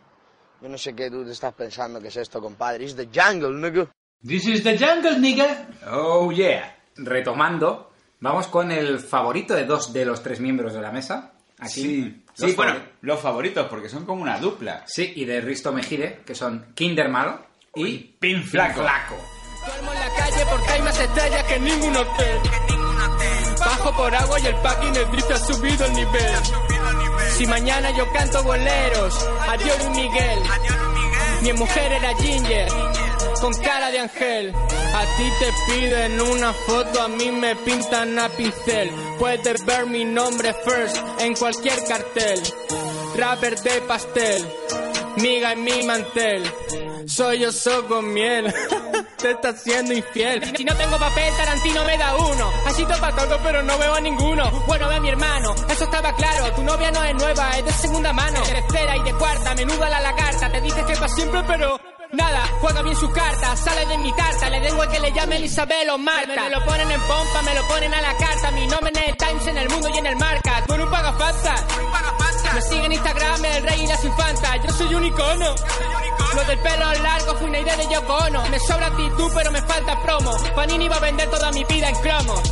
Speaker 13: Yo no sé qué tú te estás pensando que es esto, compadre. It's the jungle, nigga.
Speaker 8: This is the jungle, nigga.
Speaker 3: Oh yeah. Retomando, vamos con el favorito de dos de los tres miembros de la mesa. Aquí.
Speaker 2: Sí,
Speaker 3: Los
Speaker 2: sí bueno,
Speaker 3: favori-
Speaker 2: los favoritos porque son como una dupla.
Speaker 3: Sí, y de Risto Mejide, que son Kinder Malo y
Speaker 2: Pin
Speaker 3: Flaco.
Speaker 2: flaco.
Speaker 3: Flaco.
Speaker 10: en la calle porque hay más estrellas que en ningún hotel. Bajo por agua y el packing el drift ha subido el nivel. Si mañana yo canto boleros, adiós Luis Miguel. Mi mujer era Ginger, con cara de ángel. A ti te piden una foto, a mí me pintan a pincel. Puedes ver mi nombre first en cualquier cartel. Rapper de pastel, miga en mi mantel. Soy yo soy con miel, te estás siendo infiel. Si no tengo papel, Tarantino me da uno. Así topa todo, pero no veo a ninguno. Bueno, ve a mi hermano, eso estaba claro. Tu novia no es nueva, es de segunda mano. De tercera y de cuarta, menuda la lagarta. Te dices que para siempre, pero Nada, juega bien sus cartas, sale de mi tarta, le tengo que le llame Isabel o Marta. Me lo ponen en pompa, me lo ponen a la carta, mi nombre en el Times, en el mundo y en el marca. Tú no pagas pasta, me sigue en Instagram el rey y las infantas, yo soy un icono. Lo del pelo largo fue una idea de Yoko Ono. Me sobra actitud, pero me falta promo. Panini va a vender toda mi vida en cromo.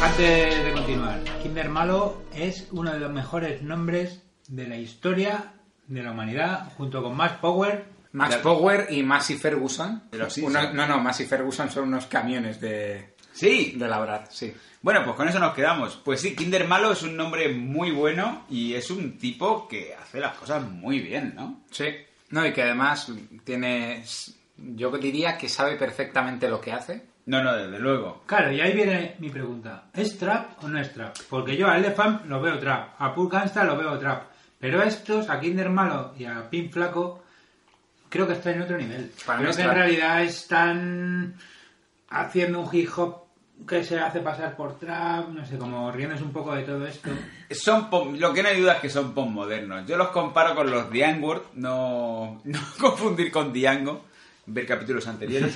Speaker 8: Antes de continuar, Kinder Malo es uno de los mejores nombres de la historia de la humanidad, junto con Max Power.
Speaker 3: Max
Speaker 2: De-
Speaker 3: Power y Massey Ferguson.
Speaker 2: De los
Speaker 3: Uno-
Speaker 2: Simpsons.
Speaker 3: no, no, Massey Ferguson son unos camiones de,
Speaker 2: Sí,
Speaker 3: de labrar, sí.
Speaker 2: Bueno, pues con eso nos quedamos. Pues sí, Kinder Malo es un nombre muy bueno y es un tipo que hace las cosas muy bien, ¿no?
Speaker 3: Sí. No, y que además tiene. Yo diría que sabe perfectamente lo que hace.
Speaker 2: No, no, desde luego.
Speaker 8: Claro, y ahí viene mi pregunta. ¿Es trap o no es trap? Porque yo a Elefant lo veo trap, a Pur Gangsta lo veo trap, pero a estos, a Kinder Malo y a Pin Flaco, creo que está en otro nivel.
Speaker 3: Para mí
Speaker 8: creo
Speaker 3: es
Speaker 8: que en
Speaker 3: trap.
Speaker 8: realidad están haciendo un hip hop que se hace pasar por trap, no sé, como riéndose un poco de todo esto.
Speaker 2: Son pop- lo que no hay duda es que son postmodernos. Yo los comparo con los Diangword, no, no confundir con Diango, ver capítulos anteriores.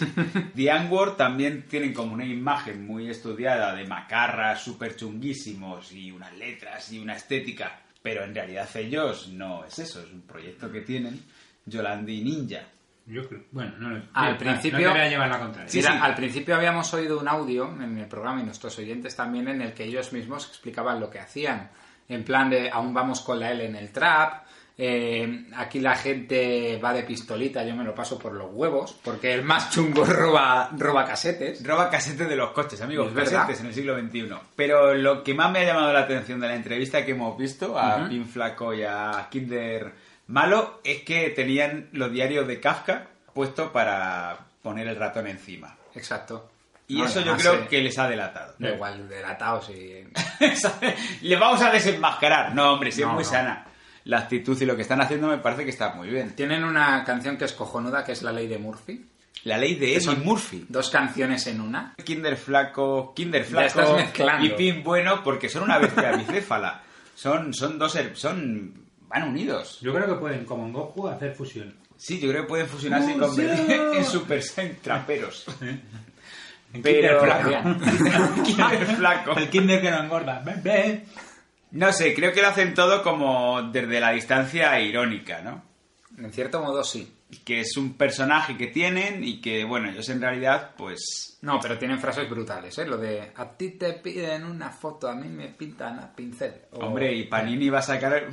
Speaker 2: Diangword también tienen como una imagen muy estudiada de macarras súper chunguísimos y unas letras y una estética, pero en realidad ellos no es eso, es un proyecto que tienen Yolandi Ninja.
Speaker 8: Yo creo. Bueno, no lo
Speaker 3: Al
Speaker 8: no,
Speaker 3: principio-
Speaker 8: No te voy a llevar la contraria.
Speaker 2: Sí,
Speaker 3: Mira,
Speaker 2: sí.
Speaker 3: Al principio habíamos oído un audio en el programa y nuestros oyentes también en el que ellos mismos explicaban lo que hacían. En plan de aún vamos con la L en el trap. eh, aquí la gente va de pistolita, yo me lo paso por los huevos, porque el más chungo roba, roba casetes.
Speaker 2: Roba casetes de los coches, amigos.
Speaker 3: Es verdad.
Speaker 2: Casetes en el siglo XXI. Pero lo que más me ha llamado la atención de la entrevista que hemos visto a Pin Flaco y a Kinder Malo es que tenían los diarios de Kafka puestos para poner el ratón encima.
Speaker 3: Exacto.
Speaker 2: Y
Speaker 3: No,
Speaker 2: eso yo
Speaker 3: además,
Speaker 2: creo
Speaker 3: eh,
Speaker 2: que les ha delatado.
Speaker 3: Da igual, delatados y...
Speaker 2: Les vamos a desenmascarar. No, hombre, si es
Speaker 3: No,
Speaker 2: muy
Speaker 3: no.
Speaker 2: sana. La actitud y lo que están haciendo me parece que está muy bien.
Speaker 3: Tienen una canción que es cojonuda, que es La Ley de Murphy.
Speaker 2: La ley de Eddie Murphy.
Speaker 3: Dos canciones en una.
Speaker 2: Kinder flaco, Kinder
Speaker 3: Ya estás
Speaker 2: flaco
Speaker 3: mezclando.
Speaker 2: y Pin bueno porque son una bestia bicéfala. Son, son dos, her- son, van unidos.
Speaker 8: Yo creo que pueden, como en Goku, hacer fusión.
Speaker 2: Sí, yo creo que pueden fusionarse y
Speaker 8: ¡Fusión!
Speaker 2: convertir en Super Saiyan traperos.
Speaker 8: En Kinder
Speaker 2: Pero,
Speaker 8: Flaco.
Speaker 2: Kinder flaco.
Speaker 8: El Kinder que no engorda. Ven, ven.
Speaker 2: No sé, creo que lo hacen todo como desde la distancia irónica, ¿no?
Speaker 3: En cierto modo sí.
Speaker 2: Que es un personaje que tienen y que, bueno, ellos en realidad, pues...
Speaker 3: No, pero tienen frases brutales, ¿eh? Lo de a ti te piden una foto, a mí me pintan a pincel. O,
Speaker 2: Hombre, y Panini va a sacar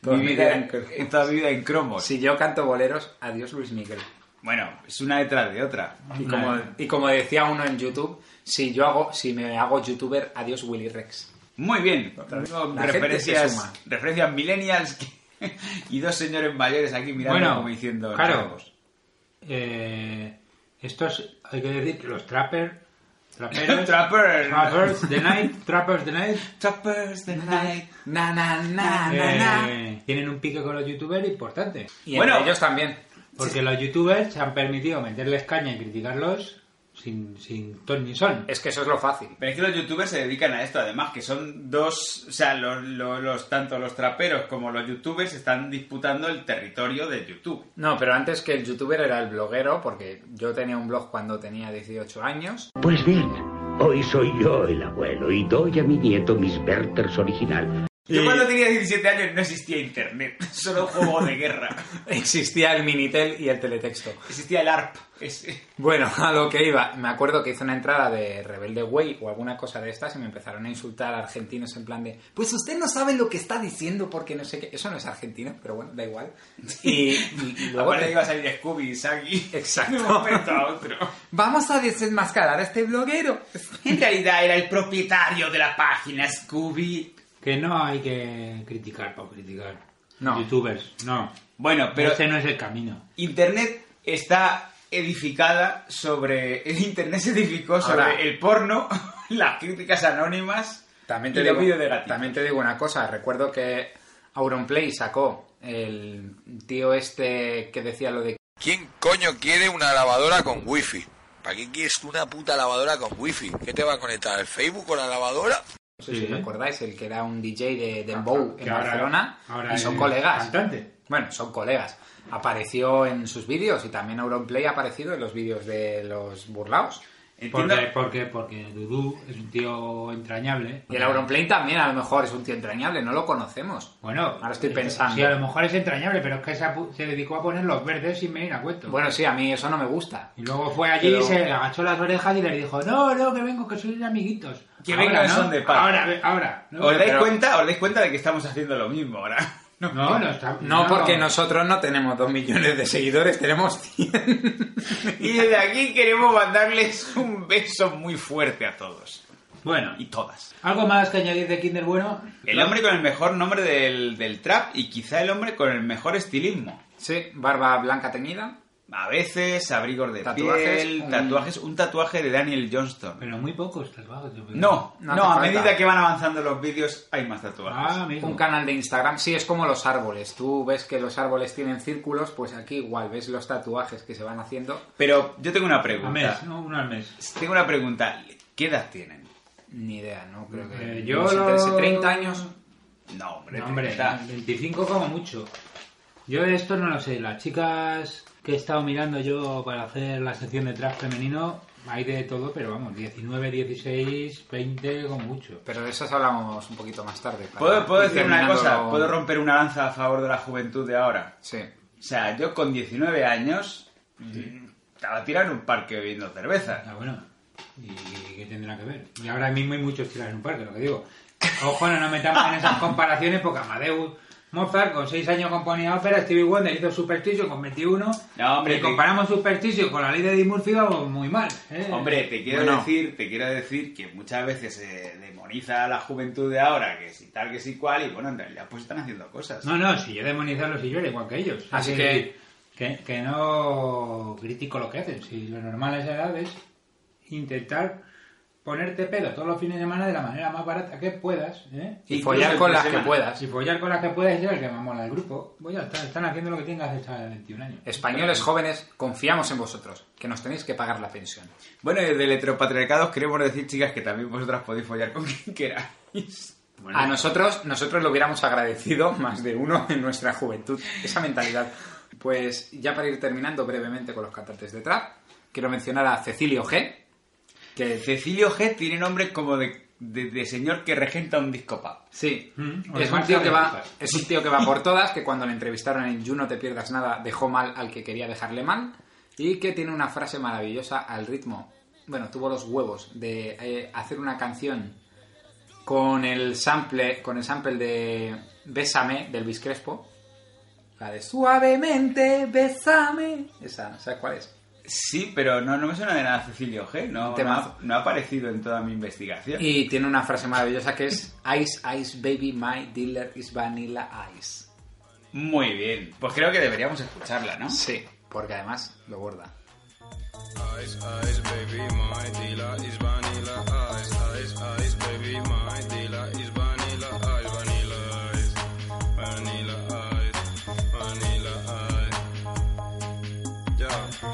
Speaker 3: Toda
Speaker 2: mi
Speaker 3: mi
Speaker 2: vida
Speaker 3: vida
Speaker 2: en,
Speaker 3: en cromos.
Speaker 2: en toda mi vida en cromos.
Speaker 3: Si yo canto boleros, adiós Luis Miguel.
Speaker 2: Bueno, es una detrás de otra.
Speaker 3: Y como, y como decía uno en YouTube, si yo hago, si me hago youtuber, adiós Willy Rex.
Speaker 10: Muy bien. Con
Speaker 2: La gente se
Speaker 10: Referencias,
Speaker 2: suma.
Speaker 10: referencias millennials que- y dos señores mayores aquí mirando
Speaker 8: Bueno,
Speaker 10: como diciendo...
Speaker 8: claro. Eh, estos, hay que decir que los trappers... Traperos,
Speaker 10: Trappers.
Speaker 8: Trappers the night, trappers the night,
Speaker 10: trappers the night,
Speaker 2: na na Ah, na
Speaker 8: eh, tienen un pique con los youtubers importante.
Speaker 2: Y Eh. bueno, ellos también.
Speaker 8: Porque los youtubers se han permitido meterles caña y criticarlos sin, sin ton ni son.
Speaker 2: Es que eso es lo fácil.
Speaker 10: Pero es que los youtubers se dedican a esto, además, que son dos, o sea, los, los- los- tanto los traperos como los youtubers están disputando el territorio de YouTube.
Speaker 2: No, pero antes que el youtuber era el bloguero, porque yo tenía un blog cuando tenía 18 años.
Speaker 9: Pues bien, hoy soy yo el abuelo y doy a mi nieto mis Werther's original.
Speaker 10: Yo cuando tenía 17 años no existía internet, solo juego de guerra.
Speaker 2: Existía el Minitel y el teletexto.
Speaker 10: Existía el ARP. ese.
Speaker 2: Bueno, a lo que iba, me acuerdo que hice una entrada de Rebelde Way o alguna cosa de estas y me empezaron a insultar argentinos en plan de, pues usted no sabe lo que está diciendo porque no sé qué, eso no es argentino, pero bueno, da igual. Y, y luego
Speaker 10: Aparte
Speaker 2: te-
Speaker 10: iba a salir Scooby y Sagi.
Speaker 2: Exacto.
Speaker 10: De un momento a otro.
Speaker 2: vamos a desenmascarar a este bloguero.
Speaker 10: En realidad era el propietario de la página Scooby.
Speaker 8: Que no hay que criticar por criticar.
Speaker 2: No.
Speaker 8: Youtubers, no.
Speaker 10: Bueno,
Speaker 8: Pero
Speaker 10: pero
Speaker 8: este no es el camino.
Speaker 10: Internet está edificada sobre... el Internet se edificó sobre
Speaker 2: Ahora-
Speaker 10: el porno, las críticas anónimas
Speaker 2: También te,
Speaker 10: y los
Speaker 2: digo,
Speaker 10: vídeos de gatito.
Speaker 2: también te digo una cosa, recuerdo que Auronplay sacó el tío este que decía lo de
Speaker 14: ¿Quién coño quiere una lavadora con wifi? ¿Para qué quieres una puta lavadora con wifi? ¿Qué te va a conectar? ¿El Facebook o la lavadora?
Speaker 2: No sé si
Speaker 8: Sí.
Speaker 2: recordáis, el que era un DJ de Dembow
Speaker 8: Que
Speaker 2: en
Speaker 8: ahora-
Speaker 2: Barcelona
Speaker 8: ahora
Speaker 2: y son
Speaker 8: es
Speaker 2: colegas.
Speaker 8: cantante.
Speaker 2: Bueno, son colegas. Apareció en sus vídeos y también Auronplay ha aparecido en los vídeos de los burlaos.
Speaker 10: Entiendo-
Speaker 8: Porque, porque, porque Dudu es un tío entrañable.
Speaker 2: Y el Auronplay también a lo mejor es un tío entrañable, no lo conocemos.
Speaker 8: Bueno,
Speaker 2: Ahora estoy
Speaker 8: eh,
Speaker 2: pensando.
Speaker 8: Sí, a lo mejor es entrañable, pero es que se, apu- se dedicó a poner los verdes sin venir a cuento.
Speaker 2: Bueno, sí, a mí eso no me gusta.
Speaker 8: y luego fue allí,
Speaker 2: pero-
Speaker 8: se le agachó las orejas y les dijo, no, no, que vengo, que soy amiguitos.
Speaker 10: Que
Speaker 8: Ahora,
Speaker 10: vengan,
Speaker 8: ¿no?
Speaker 10: son de paz.
Speaker 8: Ahora, ve- ahora. ¿no?
Speaker 10: ¿Os dais,
Speaker 2: Pero-
Speaker 10: cuenta, ¿Os dais cuenta de que estamos haciendo lo mismo ahora?
Speaker 8: No, no, está-
Speaker 2: No, porque nosotros no tenemos dos millones de seguidores, tenemos 100.
Speaker 10: Y desde aquí queremos mandarles un beso muy fuerte a todos
Speaker 8: Bueno,
Speaker 10: y todas.
Speaker 8: ¿algo más que añadir de Kinder Bueno?
Speaker 10: El hombre con el mejor nombre del, del trap y quizá el hombre con el mejor estilismo.
Speaker 2: Sí, barba blanca teñida.
Speaker 10: A veces abrigos de
Speaker 2: Tatuajes,
Speaker 10: piel,
Speaker 2: un-
Speaker 10: tatuajes, un tatuaje de Daniel Johnston.
Speaker 8: Pero muy pocos tatuajes. yo creo.
Speaker 10: No,
Speaker 2: No hace
Speaker 10: no, a
Speaker 2: falta.
Speaker 10: medida que van avanzando los vídeos hay más tatuajes.
Speaker 8: Ah, amigo.
Speaker 2: Un canal de Instagram, sí, es como los árboles. Tú ves que los árboles tienen círculos, pues aquí igual ves los tatuajes que se van haciendo.
Speaker 10: Pero yo tengo una
Speaker 8: Al
Speaker 10: pregunta.
Speaker 8: mes, ¿no? Uno al mes.
Speaker 10: Tengo una pregunta. ¿Qué edad tienen?
Speaker 2: Ni idea, no creo que.
Speaker 8: Eh, yo
Speaker 2: nos interese.
Speaker 8: lo-
Speaker 2: 30 años.
Speaker 10: No, hombre.
Speaker 8: No, hombre,
Speaker 10: está-
Speaker 8: 25 como mucho. Yo de esto no lo sé. Las chicas que he estado mirando yo para hacer la sección de trap femenino, hay de todo, pero vamos, 19, 16, 20 como mucho.
Speaker 2: Pero de esas hablamos un poquito más tarde. para
Speaker 10: ¿Puedo, puedo
Speaker 2: ir
Speaker 10: decir una cosa?
Speaker 2: terminándolo-
Speaker 10: ¿Puedo romper una lanza a favor de la juventud de ahora?
Speaker 2: Sí.
Speaker 10: O sea, yo con 19 años mm, estaba tirado en un parque bebiendo cerveza.
Speaker 8: Ah, bueno. ¿Y qué tendrá que ver? Y ahora mismo hay muchos tiras en un parque, lo que digo. Ojo, no nos metamos en esas comparaciones porque Amadeus Mozart con 6 años componía ópera, Stevie Wonder hizo Superstition con 21.
Speaker 10: No, hombre,
Speaker 8: y
Speaker 10: que-
Speaker 8: comparamos Superstition con la ley de Eddie Murphy, vamos muy mal. ¿eh?
Speaker 10: Hombre, te quiero
Speaker 2: Bueno.
Speaker 10: decir, te quiero decir que muchas veces se demoniza a la juventud de ahora, que si tal, que si cual, y bueno, en realidad pues están haciendo cosas.
Speaker 8: No, no, si yo demonizarlos y yo era igual que ellos.
Speaker 2: Así
Speaker 8: Es
Speaker 2: que-
Speaker 8: decir, que... que no critico lo que hacen. Si lo normal a esa edad es intentar ponerte pedo todos los fines de semana de la manera más barata que puedas, ¿eh?
Speaker 2: Y
Speaker 10: Incluso
Speaker 2: follar con
Speaker 10: entre
Speaker 2: las que
Speaker 10: semana.
Speaker 2: puedas.
Speaker 8: Si follar con las que puedas ser el que más mola del grupo. Voy a estar, están haciendo lo que tengas que hacer hasta 21 años.
Speaker 2: Españoles jóvenes, confiamos en vosotros, que nos tenéis que pagar la pensión.
Speaker 10: Bueno, y de heteropatriarcados queremos decir, chicas, que también vosotras podéis follar con quien queráis. Ah,
Speaker 2: A nosotros, nosotros lo hubiéramos agradecido más de uno en nuestra juventud, esa mentalidad. Pues ya para ir terminando brevemente con los cantantes de trap, quiero mencionar a Cecilio G.
Speaker 10: Que eh, Cecilio G tiene nombre como de, de- de señor que regenta un disco pub.
Speaker 2: Sí,
Speaker 8: Mm,
Speaker 2: es,
Speaker 8: o
Speaker 2: un
Speaker 8: de
Speaker 2: tío
Speaker 8: Marta
Speaker 2: que
Speaker 8: de
Speaker 2: va,
Speaker 8: Lucas.
Speaker 2: es un tío que va por todas, que cuando le entrevistaron en You No Te Pierdas Nada dejó mal al que quería dejarle mal y que tiene una frase maravillosa al ritmo. Bueno, tuvo los huevos de eh, hacer una canción con el sample, con el sample de Bésame del Luis Crespo. La de Suavemente, Bésame. Esa, ¿sabes cuál es?
Speaker 10: Sí, pero no, no me suena de nada Cecilio G. No, no,
Speaker 2: Temazo.
Speaker 10: ha, no ha aparecido en toda mi investigación.
Speaker 2: Y tiene una frase maravillosa que es Ice, Ice, baby, my dealer is vanilla ice.
Speaker 10: Muy bien. Pues creo que deberíamos escucharla, ¿no?
Speaker 2: Sí, porque además lo borda.
Speaker 3: Ice, ice, baby, my dealer is vanilla ice. Ice, ice, baby, my dealer is vanilla ice. Vanilla ice, vanilla ice, vanilla ice. Yeah.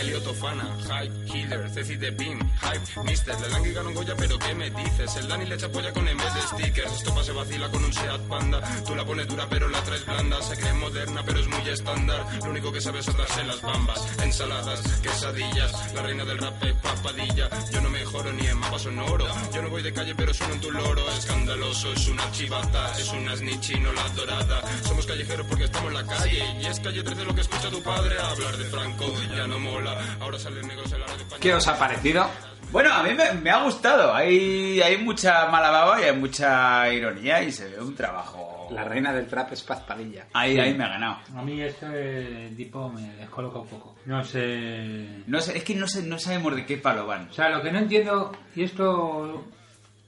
Speaker 3: Elliot Ofana, Hype, Killer, Ceci de Beam, Hype, Mister, Lelangi ganó un Goya, pero ¿qué me dices? El Dani le echa polla con M de stickers, Estopa se vacila con un Seat Panda, tú la pones dura pero la traes blanda, se cree moderna pero es muy estándar, lo único que sabes es atarse las bambas, ensaladas, quesadillas, la reina del rap es papadilla, yo no mejoro ni en mapa sonoro, yo no voy de calle pero sueno en tu loro, escandaloso, es una chivata, es una snitch y no la dorada, somos callejeros porque estamos en la calle, y es calle 13 lo que escucha tu padre hablar de Franco, ya no mola, ahora salen negros en la red española.
Speaker 2: ¿Qué os ha parecido?
Speaker 10: Bueno, a mí me, me ha gustado. Hay, hay mucha mala baba y hay mucha ironía y se ve un trabajo.
Speaker 2: La reina del trap es Paz Padilla.
Speaker 10: Ahí, ahí me ha ganado.
Speaker 8: A mí este tipo me descoloca un poco. No sé.
Speaker 10: No sé, es que no, sé, no sabemos de qué palo van.
Speaker 8: O sea, lo que no entiendo, y esto.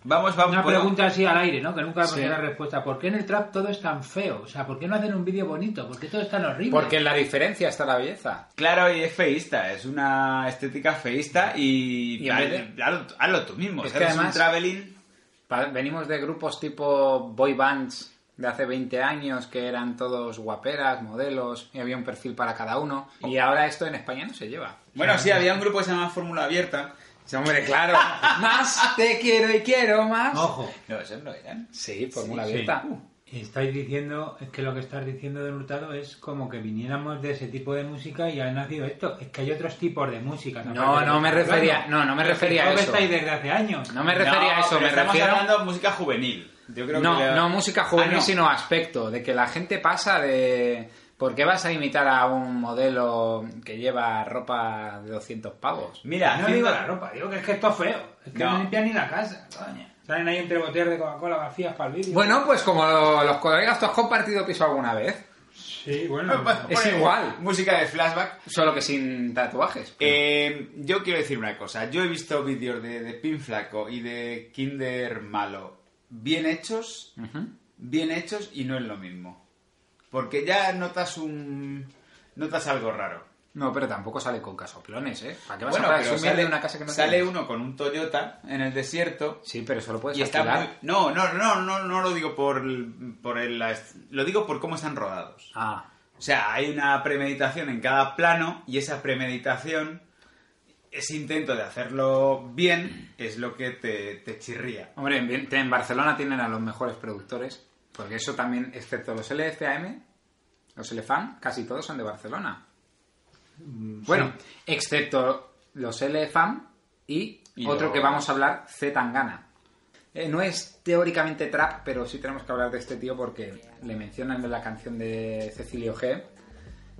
Speaker 10: Vamos, vamos.
Speaker 8: Una
Speaker 10: podemos-
Speaker 8: pregunta así al aire, ¿no? Que nunca hemos
Speaker 10: Sí.
Speaker 8: tenido respuesta. ¿Por qué en el trap todo es tan feo? O sea, ¿por qué no hacen un vídeo bonito? ¿Por qué todo es tan horrible?
Speaker 2: Porque en la diferencia está la belleza.
Speaker 10: Claro, y es feísta, es una estética feísta y,
Speaker 2: Y en vez de-
Speaker 10: hazlo, hazlo tú mismo.
Speaker 2: Es
Speaker 10: ¿sabes?
Speaker 2: que
Speaker 10: Es
Speaker 2: además-
Speaker 10: un traveling.
Speaker 2: Pa- Venimos de grupos tipo boy bands de hace 20 años que eran todos guaperas, modelos y había un perfil para cada uno. Y ahora esto en España no se lleva.
Speaker 10: Bueno, sí, había un grupo que se llamaba Fórmula Abierta. Sí, hombre,
Speaker 2: Claro, más te quiero y quiero más.
Speaker 8: Ojo.
Speaker 10: No, eso no eran.
Speaker 2: Sí, fórmula
Speaker 8: Sí.
Speaker 2: abierta.
Speaker 8: Uh, Estáis diciendo, es que lo que estás diciendo de Hurtado es como que viniéramos de ese tipo de música y ha nacido esto. Es que hay otros tipos de música.
Speaker 2: No,
Speaker 8: Aparte de lo
Speaker 2: no
Speaker 8: que
Speaker 2: me
Speaker 8: estás
Speaker 2: refería-
Speaker 8: hablando.
Speaker 2: no, no me refería a
Speaker 8: Creo que
Speaker 2: eso.
Speaker 8: estáis desde hace años.
Speaker 2: No me refería a eso,
Speaker 10: pero
Speaker 2: me
Speaker 10: estamos
Speaker 2: refiero-
Speaker 10: hablando de música juvenil. Yo creo
Speaker 2: no,
Speaker 10: que le-
Speaker 2: no música juvenil,
Speaker 10: Ah, no.
Speaker 2: sino aspecto, de que la gente pasa de... ¿Por qué vas a imitar a un modelo que lleva ropa de 200 pavos?
Speaker 10: Mira,
Speaker 8: No digo la ropa, digo que es que esto es feo. Es que
Speaker 2: No.
Speaker 8: no, limpian ni la casa, coño. Salen ahí entre botellas de Coca-Cola vacías para el vídeo.
Speaker 2: Bueno, pues como los colegas, ¿tú has compartido piso alguna vez?
Speaker 8: Sí, bueno.
Speaker 2: Es
Speaker 10: Pone
Speaker 2: igual.
Speaker 10: Música de flashback.
Speaker 2: Solo que sin tatuajes.
Speaker 10: Eh, yo quiero decir una cosa. Yo he visto vídeos de, de Pin Flaco y de Kinder Malo bien hechos, bien hechos y no es lo mismo. Porque ya notas un... notas algo raro.
Speaker 2: No, pero tampoco sale con casoplones, ¿eh? ¿Para qué vas
Speaker 10: Bueno,
Speaker 2: a
Speaker 10: pero
Speaker 2: presumir
Speaker 10: sale,
Speaker 2: de una casa que no
Speaker 10: sale
Speaker 2: tienes?
Speaker 10: uno con un Toyota en el desierto
Speaker 2: Sí, pero solo puedes
Speaker 10: y está
Speaker 2: alquilar.
Speaker 10: muy- No, no, no, no, no lo digo por, por el- la est- lo digo por cómo están rodados.
Speaker 2: Ah,
Speaker 10: O sea, hay una premeditación en cada plano y esa premeditación, ese intento de hacerlo bien, es lo que te, te chirría.
Speaker 2: hombre, en, bien- en Barcelona tienen a los mejores productores, porque eso también, excepto los LFAM, los LFAM, casi todos son de Barcelona. Bueno, excepto los LFAM y,
Speaker 10: Y
Speaker 2: otro
Speaker 10: los-
Speaker 2: que vamos a hablar, Z Tangana. Eh, no es teóricamente trap, pero sí tenemos que hablar de este tío porque le mencionan en la canción de Cecilio G.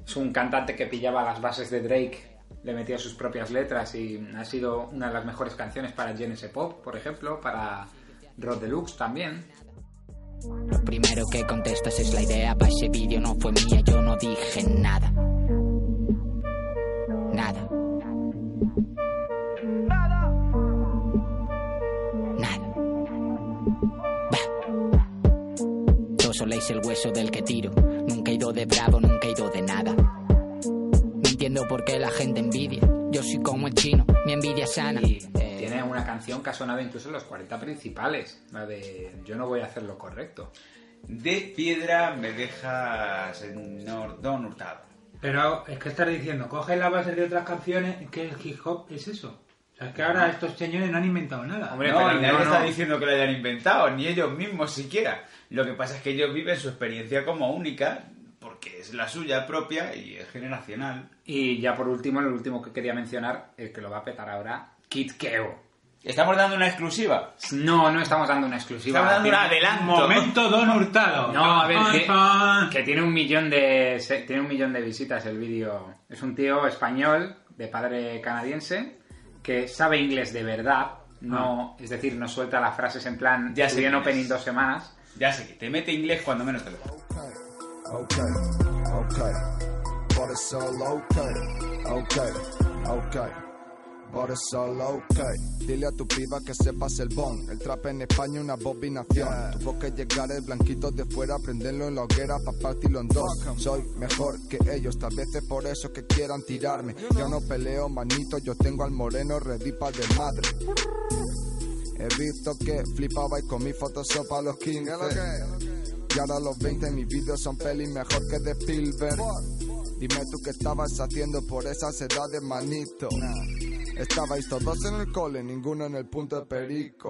Speaker 2: Es un cantante que pillaba las bases de Drake, le metía sus propias letras y ha sido una de las mejores canciones para Genesis Pop, por ejemplo, para Rod Deluxe también.
Speaker 15: Lo primero que contestas es la idea para ese vídeo no fue mía, yo no dije nada. Nada. Nada. Bah. Yo soléis el hueso del que tiro. Nunca he ido de bravo, nunca he ido de nada. No entiendo por qué la gente envidia. Yo soy como el chino, mi envidia es sana.
Speaker 2: Tiene una canción que ha sonado incluso en los 40 principales, la de Yo no voy a hacer lo correcto.
Speaker 10: De piedra me dejas en Nordón Hurtado.
Speaker 8: Pero es que estás diciendo, coges la base de otras canciones, es que el hip hop es eso. O sea, es que ahora estos señores no han inventado nada.
Speaker 10: no, y nadie está diciendo que lo hayan inventado, ni ellos mismos siquiera. Lo que pasa es que ellos viven su experiencia como única, porque es la suya propia y es generacional.
Speaker 2: Y ya por último, el último que quería mencionar, el que lo va a petar ahora, Kid Keo.
Speaker 10: ¿Estamos dando una exclusiva?
Speaker 2: No, no estamos dando una exclusiva.
Speaker 10: Estamos dando un adelanto. Momento
Speaker 8: Don Hurtado.
Speaker 2: No, a ver, que, que tiene un millón de se- tiene un millón de visitas el vídeo. Es un tío español de padre canadiense que sabe inglés de verdad. No, es decir, no suelta las frases en plan
Speaker 10: Ah. Ya sé
Speaker 2: estudié en
Speaker 10: quién
Speaker 2: Open
Speaker 10: es.
Speaker 2: en dos semanas.
Speaker 10: Ya sé que te mete inglés cuando menos te lo.
Speaker 16: okay, okay. But it's all okay, okay, okay. But it's all okay. Dile a tu piba que sepas el bon. El trap en España una abominación. Tuvo que llegar el blanquito de fuera, prenderlo en la hoguera pa' partirlo en dos. Soy mejor que ellos, tal vez es por eso que quieran tirarme. Yo no peleo, manito, yo tengo al moreno ready pa' de madre. He visto que flipabais con mi Photoshop a los 15. Y ahora a los 20 mis vídeos son pelis mejor que de Spielberg. Dime tú qué estabas haciendo por esas edades, manito. Estabais todos en el cole, ninguno en el punto de perico.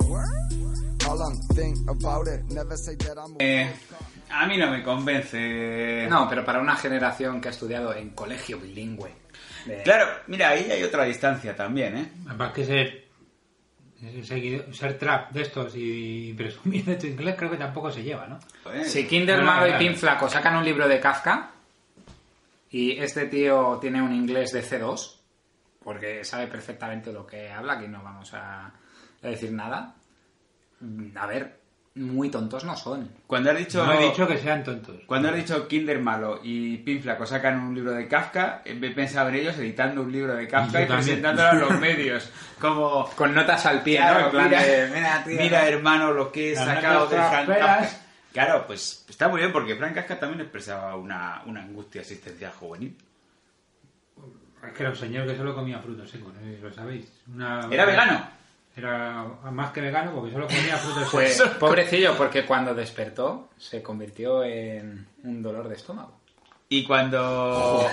Speaker 16: All I'm think about it, never say that I'm
Speaker 10: Eh, a mí no me convence.
Speaker 2: No, pero para una generación que ha estudiado en colegio bilingüe. de-
Speaker 10: Claro, mira, ahí hay otra distancia también, ¿eh?
Speaker 8: Además que ser, ser, ser trap de estos y presumir de tu inglés creo que tampoco se lleva, ¿no?
Speaker 2: Si Kinder Malo y Pin Flaco sacan un libro de Kafka y este tío tiene un inglés de C2, porque sabe perfectamente lo que habla, aquí no vamos a, a decir nada. Mm, A ver, muy tontos no son.
Speaker 10: Cuando has dicho.
Speaker 8: No he dicho que sean tontos.
Speaker 10: Cuando has dicho Kinder Malo y Pinflaco sacan un libro de Kafka, eh, me pensaba en ellos editando un libro de Kafka
Speaker 8: Yo
Speaker 10: y
Speaker 8: también.
Speaker 10: presentándolo a los medios. Como.
Speaker 2: Con notas al pie, ¿no? En plan
Speaker 10: mira,
Speaker 2: de, "Mira, tío".
Speaker 10: mira, hermano, lo que he
Speaker 2: Las
Speaker 10: sacado
Speaker 2: notas
Speaker 10: de Frank
Speaker 2: traperas.
Speaker 10: Kafka. Claro, pues está muy bien porque Frank Kafka también expresaba una, una angustia existencial juvenil.
Speaker 8: Es que era un señor que solo comía frutos secos, ¿eh? lo sabéis. Una-
Speaker 10: ¿Era vegano?
Speaker 8: Era más que vegano porque solo comía frutos
Speaker 2: Fue
Speaker 10: Pues-
Speaker 8: secos.
Speaker 2: "Pues, pobrecillo, porque cuando despertó se convirtió en un dolor de estómago.
Speaker 10: Y cuando.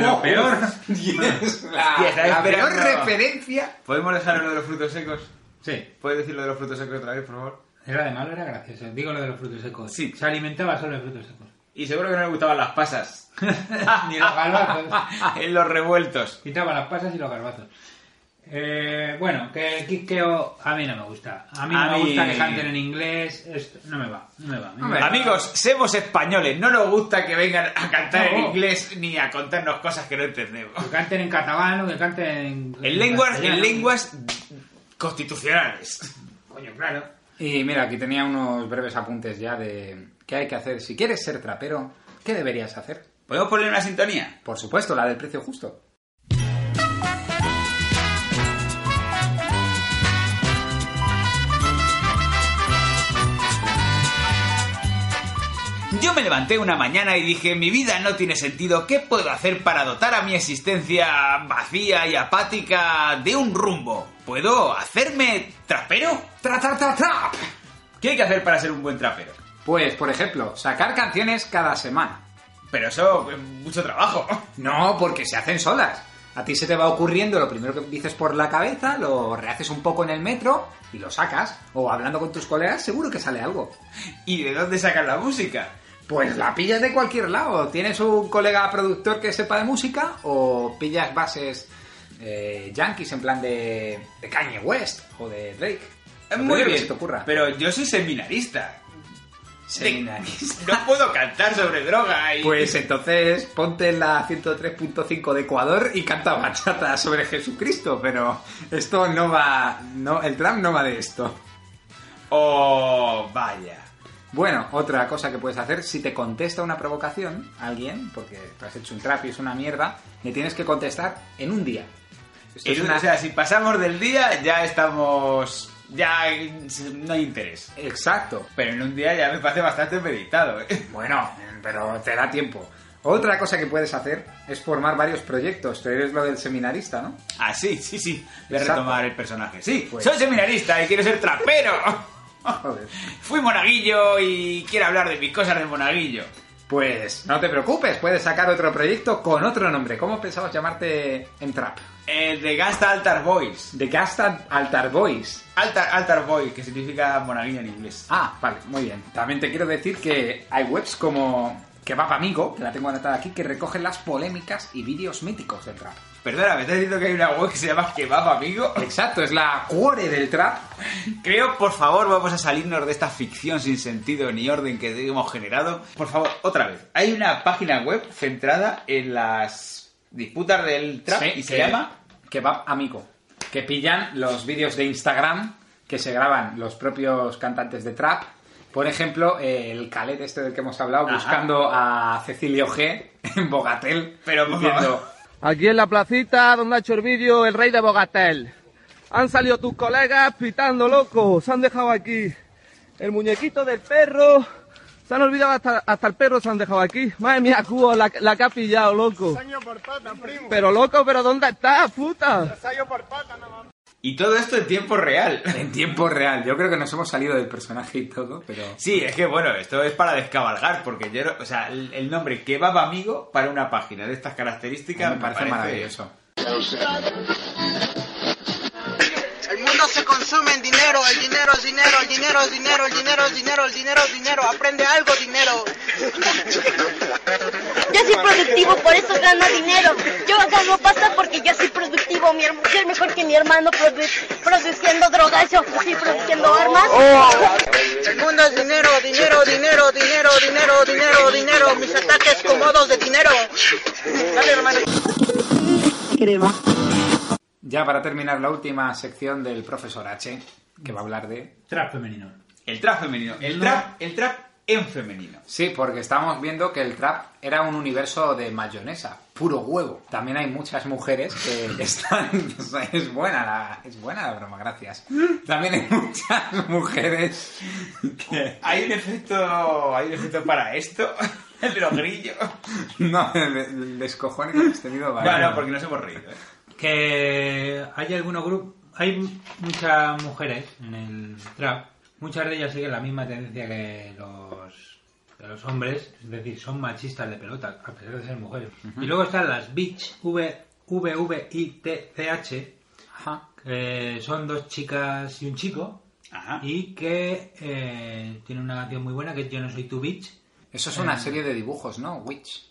Speaker 2: Lo peor.
Speaker 10: Hostia,
Speaker 2: La,
Speaker 10: estaba
Speaker 2: la peor
Speaker 10: esperando.
Speaker 2: referencia.
Speaker 10: ¿Podemos dejar lo de los frutos secos?
Speaker 8: Sí.
Speaker 10: ¿Puedes decir lo de los frutos secos otra vez, por favor?
Speaker 8: Era de malo, era gracioso. Digo lo de los frutos secos. Sí. Se alimentaba solo de frutos secos.
Speaker 10: Y seguro que no le gustaban las pasas.
Speaker 8: Ni los garbazos.
Speaker 10: en los revueltos.
Speaker 8: Quitaba las pasas y los garbazos. Eh, bueno, que el Quisqueo a mí no me gusta. A mí no
Speaker 10: A
Speaker 8: me
Speaker 10: mí-
Speaker 8: gusta que canten en inglés. Esto no me va, no me va.
Speaker 10: Hombre, Amigos, seamos españoles. No nos gusta que vengan a cantar en
Speaker 8: No.
Speaker 10: inglés ni a contarnos cosas que no entendemos.
Speaker 8: Que canten en catalán o que canten en...
Speaker 10: En lenguas, en
Speaker 8: castellano.
Speaker 10: lenguas constitucionales.
Speaker 8: Coño, claro.
Speaker 2: Y mira, aquí tenía unos breves apuntes ya de qué hay que hacer. Si quieres ser trapero, ¿qué deberías hacer?
Speaker 10: ¿Podemos poner una sintonía?
Speaker 2: Por supuesto, la del precio justo.
Speaker 10: Yo me levanté una mañana y dije, mi vida no tiene sentido, ¿qué puedo hacer para dotar a mi existencia vacía y apática de un rumbo? ¿Puedo hacerme trapero?
Speaker 2: ¡Tra, tra, tra, tra!
Speaker 10: ¿Qué hay que hacer para ser un buen trapero?
Speaker 2: Pues, por ejemplo, sacar canciones cada semana.
Speaker 10: Pero eso es mucho trabajo.
Speaker 2: No, porque se hacen solas. A ti se te va ocurriendo lo primero que dices por la cabeza, lo rehaces un poco en el metro y lo sacas. O hablando con tus colegas, seguro que sale algo.
Speaker 10: ¿Y de dónde sacas la música?
Speaker 2: Pues la pillas de cualquier lado. Tienes un colega productor que sepa de música o pillas bases eh, yankees en plan de, de Kanye West o de Drake. Lo
Speaker 10: Muy
Speaker 2: primero que
Speaker 10: bien,
Speaker 2: se te ocurra.
Speaker 10: pero yo soy seminarista.
Speaker 2: Seminarista.
Speaker 10: No puedo cantar sobre droga y...
Speaker 2: Pues entonces ponte en la 103.5 de Ecuador y canta bachata sobre Jesucristo, pero esto no va, no, el trap no va de esto.
Speaker 10: Oh, vaya.
Speaker 2: Bueno, otra cosa que puedes hacer, si te contesta una provocación alguien, porque tú has hecho un trap y es una mierda, le tienes que contestar en un día. Esto es
Speaker 10: En un-
Speaker 2: una-
Speaker 10: O sea, si pasamos del día ya estamos... Ya no hay interés.
Speaker 2: Exacto.
Speaker 10: Pero en un día ya me parece bastante meditado. ¿eh?
Speaker 2: Bueno, pero te da tiempo. Otra cosa que puedes hacer es formar varios proyectos. Tú eres lo del seminarista, ¿no?
Speaker 10: Ah, sí, sí, sí. Voy a
Speaker 2: Exacto.
Speaker 10: retomar el personaje. Sí,
Speaker 2: Pues-
Speaker 10: soy seminarista y quiero ser trapero.
Speaker 2: Joder.
Speaker 10: Fui monaguillo y quiero hablar de mis cosas de monaguillo.
Speaker 2: Pues no te preocupes, puedes sacar otro proyecto con otro nombre. ¿Cómo pensabas llamarte en Trap?
Speaker 10: El Eh, de Gasta Altar Boys.
Speaker 2: The Gastan Altar Boys.
Speaker 10: Altar, Altar Boy, que significa monaguillo en inglés.
Speaker 2: Ah, vale, muy bien. También te quiero decir que hay webs como Kebab Amigo, que la tengo anotada aquí, que recogen las polémicas y vídeos míticos del trap.
Speaker 10: Perdona, me estás diciendo que hay una web que se llama Kebab, amigo.
Speaker 2: Exacto, es la cuore del trap.
Speaker 10: Creo, por favor, vamos a salirnos de esta ficción sin sentido ni orden que hemos generado. Por favor, otra vez. Hay una página web centrada en las disputas del trap
Speaker 2: Sí,
Speaker 10: y se
Speaker 2: que-
Speaker 10: llama...
Speaker 2: Kebab Amigo, que pillan los vídeos de Instagram que se graban los propios cantantes de trap Por ejemplo, eh, el calet este del que hemos hablado, buscando a Cecilio G en Bogatel, pero diciendo,
Speaker 17: Aquí en la placita donde ha hecho el vídeo el rey de Bogatel. Han salido tus colegas pitando, loco. Se han dejado aquí el muñequito del perro. Se han olvidado hasta, hasta el perro, se han dejado aquí. Madre mía, Cubo, la, la que ha pillado, loco. Pero loco, pero ¿dónde estás, puta?
Speaker 10: Y todo esto en tiempo real.
Speaker 2: En tiempo real. Yo creo que nos hemos salido del personaje y todo, pero...
Speaker 10: Sí, es que bueno, esto es para descabalgar, porque yo, no- o sea, el, el nombre Kebab Amigo para una página de estas características
Speaker 2: Me parece maravilloso.
Speaker 18: El mundo se consume en dinero, el dinero es dinero, el dinero es dinero, el dinero es dinero, el dinero es dinero, aprende algo dinero.
Speaker 11: Yo soy productivo, por eso gano dinero. Yo gano pasta porque yo soy productivo. Mi hermano es mejor que mi hermano produ- produciendo drogas, yo estoy produciendo armas.
Speaker 18: El mundo es dinero, dinero, dinero, dinero, dinero, dinero, dinero, mis ataques cómodos de dinero. Dale, hermano.
Speaker 2: Ya para terminar la última sección del profesor H, que va a hablar de...
Speaker 8: Trap femenino.
Speaker 10: El trap femenino. El trap, el trap en femenino.
Speaker 2: Sí, porque estábamos viendo que el trap era un universo de mayonesa, puro huevo. También hay muchas mujeres que están... o sea, es, buena la, es buena la broma, gracias. También hay muchas mujeres que...
Speaker 10: Hay un efecto, hay un efecto para esto, el de los grillos.
Speaker 2: No, el el descojone que hemos tenido... vale.
Speaker 10: Bueno, porque nos hemos reído. ¿eh?
Speaker 8: que hay algunos grupos, hay muchas mujeres en el trap, muchas de ellas siguen la misma tendencia que los, que los hombres, es decir, son machistas de pelota, a pesar de ser mujeres. Y luego están las Bitch, V, V, V, I, T, C, H, que son dos chicas y un chico, y que eh, tienen una canción muy buena que es Yo no soy tu bitch.
Speaker 2: Eso es una serie de dibujos, ¿no? Witch.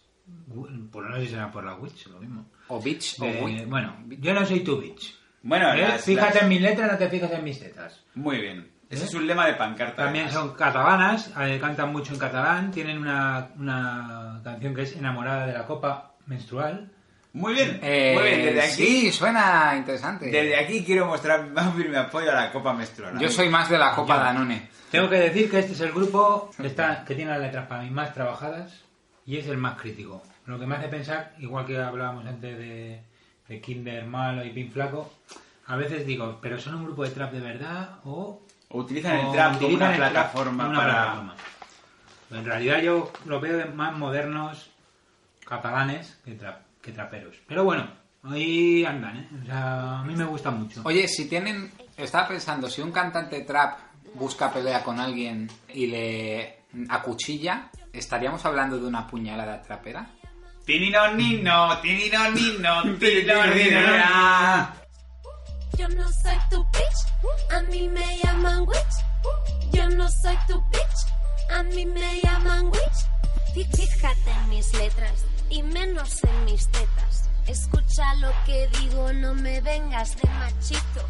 Speaker 8: Pues no sé si será por la Witch, lo mismo.
Speaker 2: O Bitch.
Speaker 8: Eh, bueno, yo no soy tu bitch.
Speaker 10: Bueno,
Speaker 8: ¿Eh?
Speaker 10: las-
Speaker 8: fíjate
Speaker 10: las-
Speaker 8: en mis letras, no te fijas en mis tetas.
Speaker 10: Muy bien. Ese es un lema de pancarta.
Speaker 8: También son catalanas, eh, cantan mucho en catalán, tienen una, una canción que es Enamorada de la Copa Menstrual.
Speaker 10: Muy bien,
Speaker 8: Eh,
Speaker 10: muy bien, desde aquí-
Speaker 2: eh, Sí, suena interesante.
Speaker 10: Desde aquí quiero mostrar más firme apoyo a la Copa Menstrual.
Speaker 2: Yo soy más de la Copa
Speaker 8: Yo.
Speaker 2: Danone.
Speaker 8: Tengo que decir que este es el grupo que, está, que tiene las letras para mí más trabajadas y es el más crítico. Lo que me hace pensar, igual que hablábamos antes de, de Kinder Malo y Pin Flaco, a veces digo, ¿pero son un grupo de trap de verdad o...?
Speaker 10: O utilizan el
Speaker 8: o
Speaker 10: trap como
Speaker 8: Oh, utilizan
Speaker 10: una
Speaker 8: el trap
Speaker 10: plataforma
Speaker 8: como una
Speaker 10: para...
Speaker 8: plataforma? En realidad yo los veo de más modernos catalanes que, tra- que traperos. Pero bueno, ahí andan, ¿eh? O sea, a mí me gusta mucho.
Speaker 2: Oye, si tienen. Estaba pensando, si un cantante trap busca pelea con alguien y le acuchilla, ¿estaríamos hablando de una puñalada trapera?
Speaker 10: Tinino nino, tinino nino, tinino nino.
Speaker 19: Yo no soy tu bitch, a mí me llaman witch. Yo no soy tu bitch, a mí me llaman witch. Fí- Fíjate en mis letras y menos en mis tetas. Escucha lo que digo, no me vengas de machito.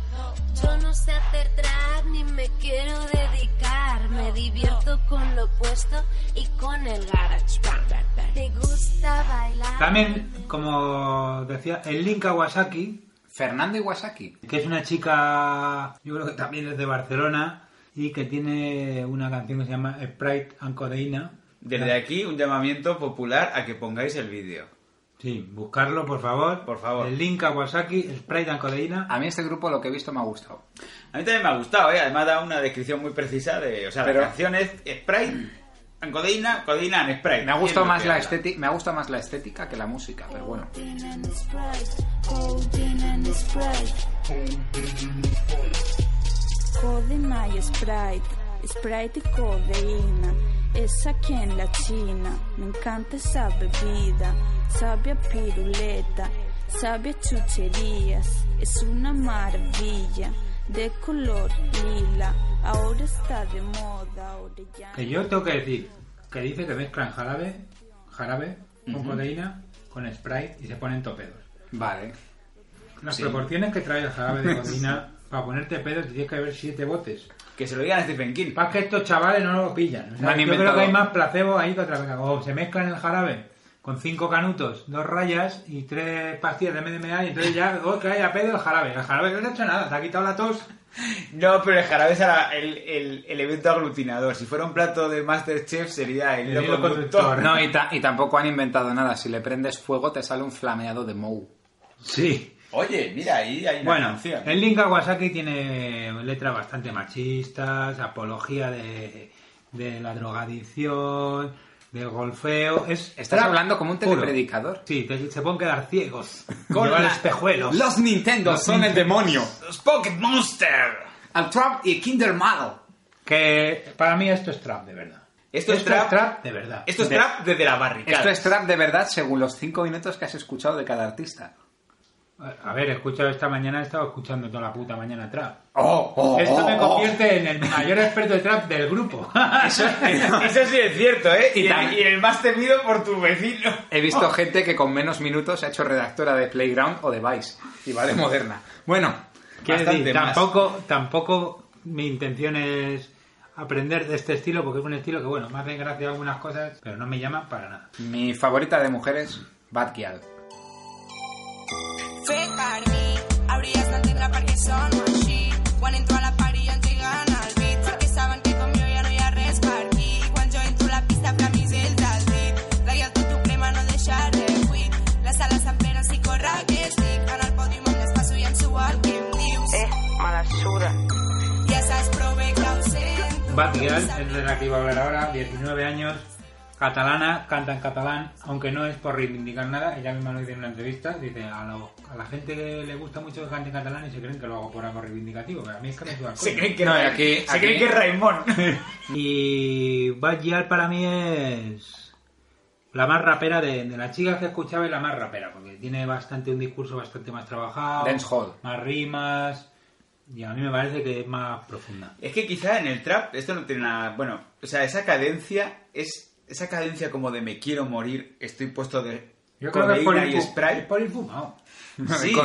Speaker 19: Yo no sé hacer trap ni me quiero dedicar. Me divierto con lo puesto y con el garage band. Te gusta bailar.
Speaker 8: También, como decía, el link Kawasaki.
Speaker 2: Fernando Iwasaki.
Speaker 8: Que es una chica, yo creo que también es de Barcelona, y que tiene una canción que se llama Sprite and Codeína.
Speaker 10: Desde aquí un llamamiento popular a que pongáis el vídeo.
Speaker 8: Sí, buscarlo por favor. Por favor. El link Kawasaki, Sprite and Codeína.
Speaker 2: A mí este grupo lo que he visto me ha gustado.
Speaker 10: A mí también me ha gustado, ¿eh? además da una descripción muy precisa de, o sea,
Speaker 2: Pero-
Speaker 10: la canción es Sprite, and codeína, codeína and Sprite.
Speaker 2: Me ha gustado
Speaker 10: Es lo
Speaker 2: más
Speaker 10: que
Speaker 2: la
Speaker 10: habla.
Speaker 2: estética, me ha gustado más la estética que la música, pero bueno.
Speaker 20: Codeína y Sprite, Sprite y codeína, esa aquí en la China, me encanta esa bebida, sabe a piruleta, sabe a chucherías, es una maravilla, de color lila, ahora está de moda, ahora ya...
Speaker 8: Que yo tengo que decir, que dice que mezclan jarabe, jarabe con
Speaker 2: Ujú.
Speaker 8: codeína, con Sprite y se ponen topedos.
Speaker 2: Vale.
Speaker 8: Las
Speaker 2: Sí.
Speaker 8: proporciones que trae el jarabe de codeína, para ponerte pedos tienes que haber siete botes.
Speaker 10: Que se lo digan a Stephen King.
Speaker 8: Para que estos chavales no lo pillan. O sea,
Speaker 10: No han
Speaker 8: yo
Speaker 10: inventado-
Speaker 8: creo que hay más placebo ahí que otra cosa. O se mezclan el jarabe con cinco canutos, dos rayas y tres pastillas de MDMA y entonces ya, oh, que haya pedo el jarabe. El jarabe no te ha hecho nada, te ha quitado la tos.
Speaker 10: No, pero el jarabe es la- el, el- el evento aglutinador. Si fuera un plato de Masterchef sería el, hilo conductor.
Speaker 2: No, y, ta- y tampoco han inventado nada. Si le prendes fuego te sale un flameado de Mou.
Speaker 8: Sí.
Speaker 10: Oye, mira, ahí hay una
Speaker 8: Bueno,
Speaker 10: canción.
Speaker 8: el Link Kawasaki tiene letras bastante machistas, apología de, de la drogadicción, del golfeo. Es,
Speaker 2: Estás
Speaker 8: trap
Speaker 2: hablando como un
Speaker 8: puro.
Speaker 2: telepredicador.
Speaker 8: Sí, te- se pueden quedar ciegos.
Speaker 2: Con
Speaker 8: Con los
Speaker 2: la-
Speaker 8: espejuelos.
Speaker 2: los Nintendo son el demonio.
Speaker 10: Los Pocket Monster.
Speaker 2: Al Trump y Kinder Malo.
Speaker 8: Que para mí esto es trap, de verdad.
Speaker 10: Esto es trap-
Speaker 8: de verdad.
Speaker 10: Esto es trap desde la barricada.
Speaker 2: Esto es trap de verdad según los cinco minutos que has escuchado de cada artista.
Speaker 8: A ver, he escuchado esta mañana, he estado escuchando toda la puta mañana trap.
Speaker 2: Oh, oh,
Speaker 8: Esto
Speaker 2: oh,
Speaker 8: me
Speaker 2: oh.
Speaker 8: convierte en el mayor experto de trap del grupo.
Speaker 10: Eso, eso sí es cierto, ¿eh?
Speaker 2: Y
Speaker 10: Y, el,
Speaker 2: también-
Speaker 10: y el más temido por tu vecino.
Speaker 2: He
Speaker 10: Oh.
Speaker 2: visto gente que con menos minutos se ha hecho redactora de Playground o de Vice. Y va de moderna. Bueno,
Speaker 8: Quiero
Speaker 2: bastante
Speaker 8: decir,
Speaker 2: más.
Speaker 8: tampoco, tampoco mi intención es aprender de este estilo, porque es un estilo que, bueno, me hacen gracia algunas cosas, pero no me llama para nada.
Speaker 2: Mi favorita de mujeres, Bad Gyal.
Speaker 21: Fake party, abrías la tienda perquè són així. Quan entro a la pari ja ens lliguen el beat, perquè saben que com jo ja no hi ha res per aquí. I quan jo entro a la pista amb camisells al dit, la lleialtat ho crema, no deixa res buit. Les sales en plenes i corre que estic, en el podi me'n despasso i em suo el que em dius. Eh, me la suda. Ja saps prou bé que ho sento.
Speaker 8: Batgirl es de la que iba a hablar ahora, 19 años, catalana, canta en catalán, aunque no es por reivindicar nada, ella misma lo dice en una entrevista, dice a, lo- a la gente que le gusta mucho que cante en catalán y se creen que lo hago por algo reivindicativo, pero a mí es que me suda el
Speaker 10: Se
Speaker 8: coño.
Speaker 10: creen que, Ra- se creen que Raimón.
Speaker 8: Y Bad Gyal para mí es la más rapera de, de las chicas que escuchaba es la más rapera, porque tiene bastante un discurso bastante más trabajado,
Speaker 10: Dancehall.
Speaker 8: más rimas, y a mí me parece que es más profunda.
Speaker 10: Es que quizá en el trap esto no tiene nada... Bueno, o sea, esa cadencia es... Esa cadencia como de me quiero morir, estoy puesto de
Speaker 8: Yo creo que es por
Speaker 10: codeína
Speaker 8: ir
Speaker 10: y
Speaker 8: fu-
Speaker 10: Sprite.
Speaker 8: es por ir fumado.
Speaker 10: Sí.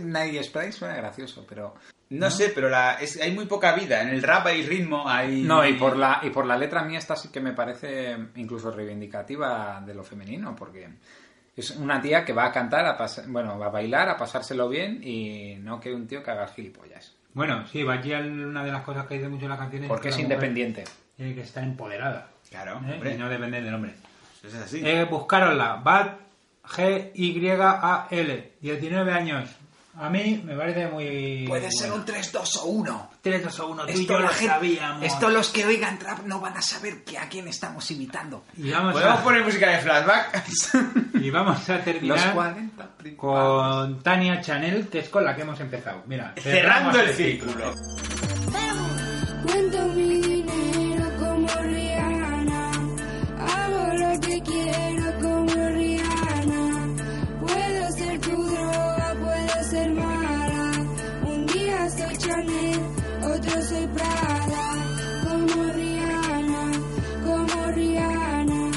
Speaker 2: Nadie Sprite eh, suena gracioso, pero...
Speaker 10: No, sé, pero la, es- hay muy poca vida. En el rap hay ritmo, hay...
Speaker 2: No, y por la, y por la letra mía esta sí que me parece incluso reivindicativa de lo femenino, porque es una tía que va a cantar, a pas- bueno, va a bailar, a pasárselo bien y no que un tío que haga el gilipollas.
Speaker 8: Bueno, sí, Bad Gyal, una de las cosas que dice mucho en las canciones
Speaker 2: Porque
Speaker 8: que
Speaker 2: es
Speaker 8: la mujer
Speaker 2: independiente.
Speaker 8: Tiene que estar empoderada.
Speaker 10: Claro,
Speaker 8: ¿eh?
Speaker 10: hombre.
Speaker 8: Y no depender del hombre.
Speaker 10: Es así.
Speaker 8: Eh, buscarosla, Bad G-Y-A-L, 19 años. A mí me parece muy...
Speaker 2: Puede ser
Speaker 8: buena.
Speaker 2: un 3, 2 o 1.
Speaker 8: 3, 2 o 1, tú y yo lo sabíamos.
Speaker 2: Esto los que oigan trap no van a saber que a quién estamos imitando.
Speaker 8: Y vamos,
Speaker 10: ¿Podemos
Speaker 8: a,
Speaker 10: Pues poner música de flashback?
Speaker 8: y vamos a
Speaker 2: Los
Speaker 8: terminar
Speaker 2: 40.
Speaker 8: con Tania Chanel, que es con la que hemos empezado. Mira, cerramos
Speaker 10: Cerrando el círculo.
Speaker 22: Cuento mi dinero como Rihanna, hago lo que quiero como Rihanna. Puedo ser tu droga, puedo ser mala. Un día soy Chanel, otro soy Prada. Como Rihanna, como Rihanna.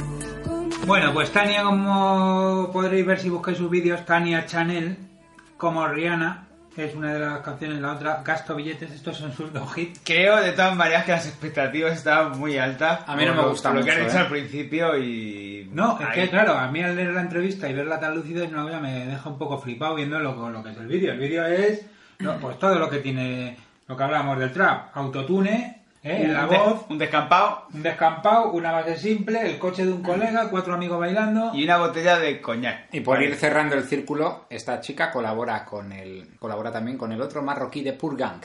Speaker 8: Bueno, pues Tania, como podréis ver si buscáis sus vídeos, Tania Chanel, como Rihanna, es una de las canciones, la otra, Gasto Billetes, estos son sus dos hits.
Speaker 10: Creo de todas maneras que las expectativas estaban muy altas.
Speaker 8: A mí no
Speaker 10: por
Speaker 8: me
Speaker 10: lo-
Speaker 8: gusta
Speaker 10: por Lo que
Speaker 8: mucho,
Speaker 10: han
Speaker 8: ¿eh?
Speaker 10: hecho al principio y.
Speaker 8: No, es
Speaker 10: Ahí.
Speaker 8: que claro, a mí al leer la entrevista y verla tan lúcida y novia me deja un poco flipado viendo lo, lo que es el vídeo. El vídeo es no, pues todo lo que tiene, lo que hablábamos del trap, autotune, ¿eh?
Speaker 10: Un
Speaker 8: la
Speaker 10: des-
Speaker 8: voz,
Speaker 10: un descampado,
Speaker 8: un descampado, una base simple, el coche de un colega, cuatro amigos bailando.
Speaker 10: Y una botella de coñac.
Speaker 2: Y por ir cerrando el círculo, esta chica colabora con el colabora también con el otro marroquí de Purgang.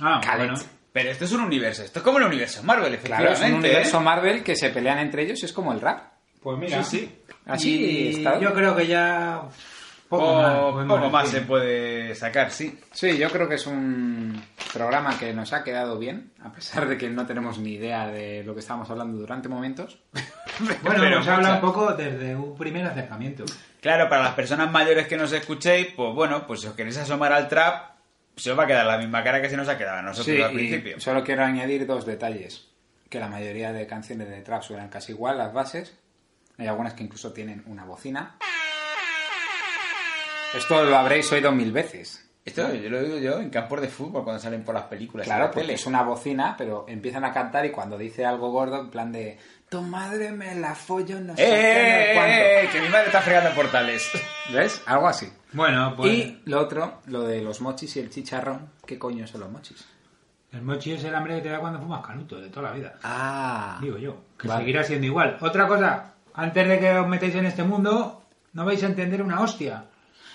Speaker 8: Ah,
Speaker 2: Khaled.
Speaker 10: Pero esto es un universo, esto es como el universo Marvel,
Speaker 2: Claro,
Speaker 10: efectivamente.
Speaker 2: es un universo
Speaker 10: ¿eh?
Speaker 2: Marvel que se pelean entre ellos, es como el rap.
Speaker 8: Pues mira,
Speaker 10: Sí, sí.
Speaker 2: Así
Speaker 8: y
Speaker 2: está.
Speaker 8: yo creo que ya poco
Speaker 10: O-
Speaker 8: más,
Speaker 10: poco
Speaker 8: podemos
Speaker 10: más
Speaker 8: decir.
Speaker 10: se puede sacar, sí.
Speaker 2: Sí, yo creo que es un programa que nos ha quedado bien, a pesar de que no tenemos ni idea de lo que estábamos hablando durante momentos.
Speaker 8: Bueno,
Speaker 10: Pero
Speaker 8: hemos hablado un
Speaker 10: mucha.
Speaker 8: poco desde un primer acercamiento.
Speaker 10: Claro, para las personas mayores que nos escuchéis, pues bueno, pues si os queréis asomar al trap, se os va a quedar la misma cara que se nos ha quedado a nosotros
Speaker 2: Sí,
Speaker 10: al
Speaker 2: y
Speaker 10: principio.
Speaker 2: solo quiero añadir dos detalles. Que la mayoría de canciones de trap suenan casi igual, las bases. Hay algunas que incluso tienen una bocina. Esto lo habréis oído mil veces.
Speaker 10: Esto yo lo digo yo en campos de fútbol cuando salen por las películas.
Speaker 2: Claro,
Speaker 10: en la
Speaker 2: porque
Speaker 10: tele.
Speaker 2: es una bocina, pero empiezan a cantar y cuando dice algo gordo, en plan de tu madre me la follo, no
Speaker 10: ¡Eh,
Speaker 2: sé qué, no
Speaker 10: eh,
Speaker 2: cuánto".
Speaker 10: eh, que mi madre está fregando portales.
Speaker 2: ¿Ves? Algo así.
Speaker 8: Bueno, pues-
Speaker 2: Y lo otro, lo de los mochis y el chicharrón. ¿Qué coño son los mochis?
Speaker 8: El mochi es el hambre que te da cuando fumas canuto, de toda la vida.
Speaker 2: Ah.
Speaker 8: Digo yo, que
Speaker 2: Vale.
Speaker 8: seguirá siendo igual. Otra cosa, antes de que os metáis en este mundo, no vais a entender una hostia.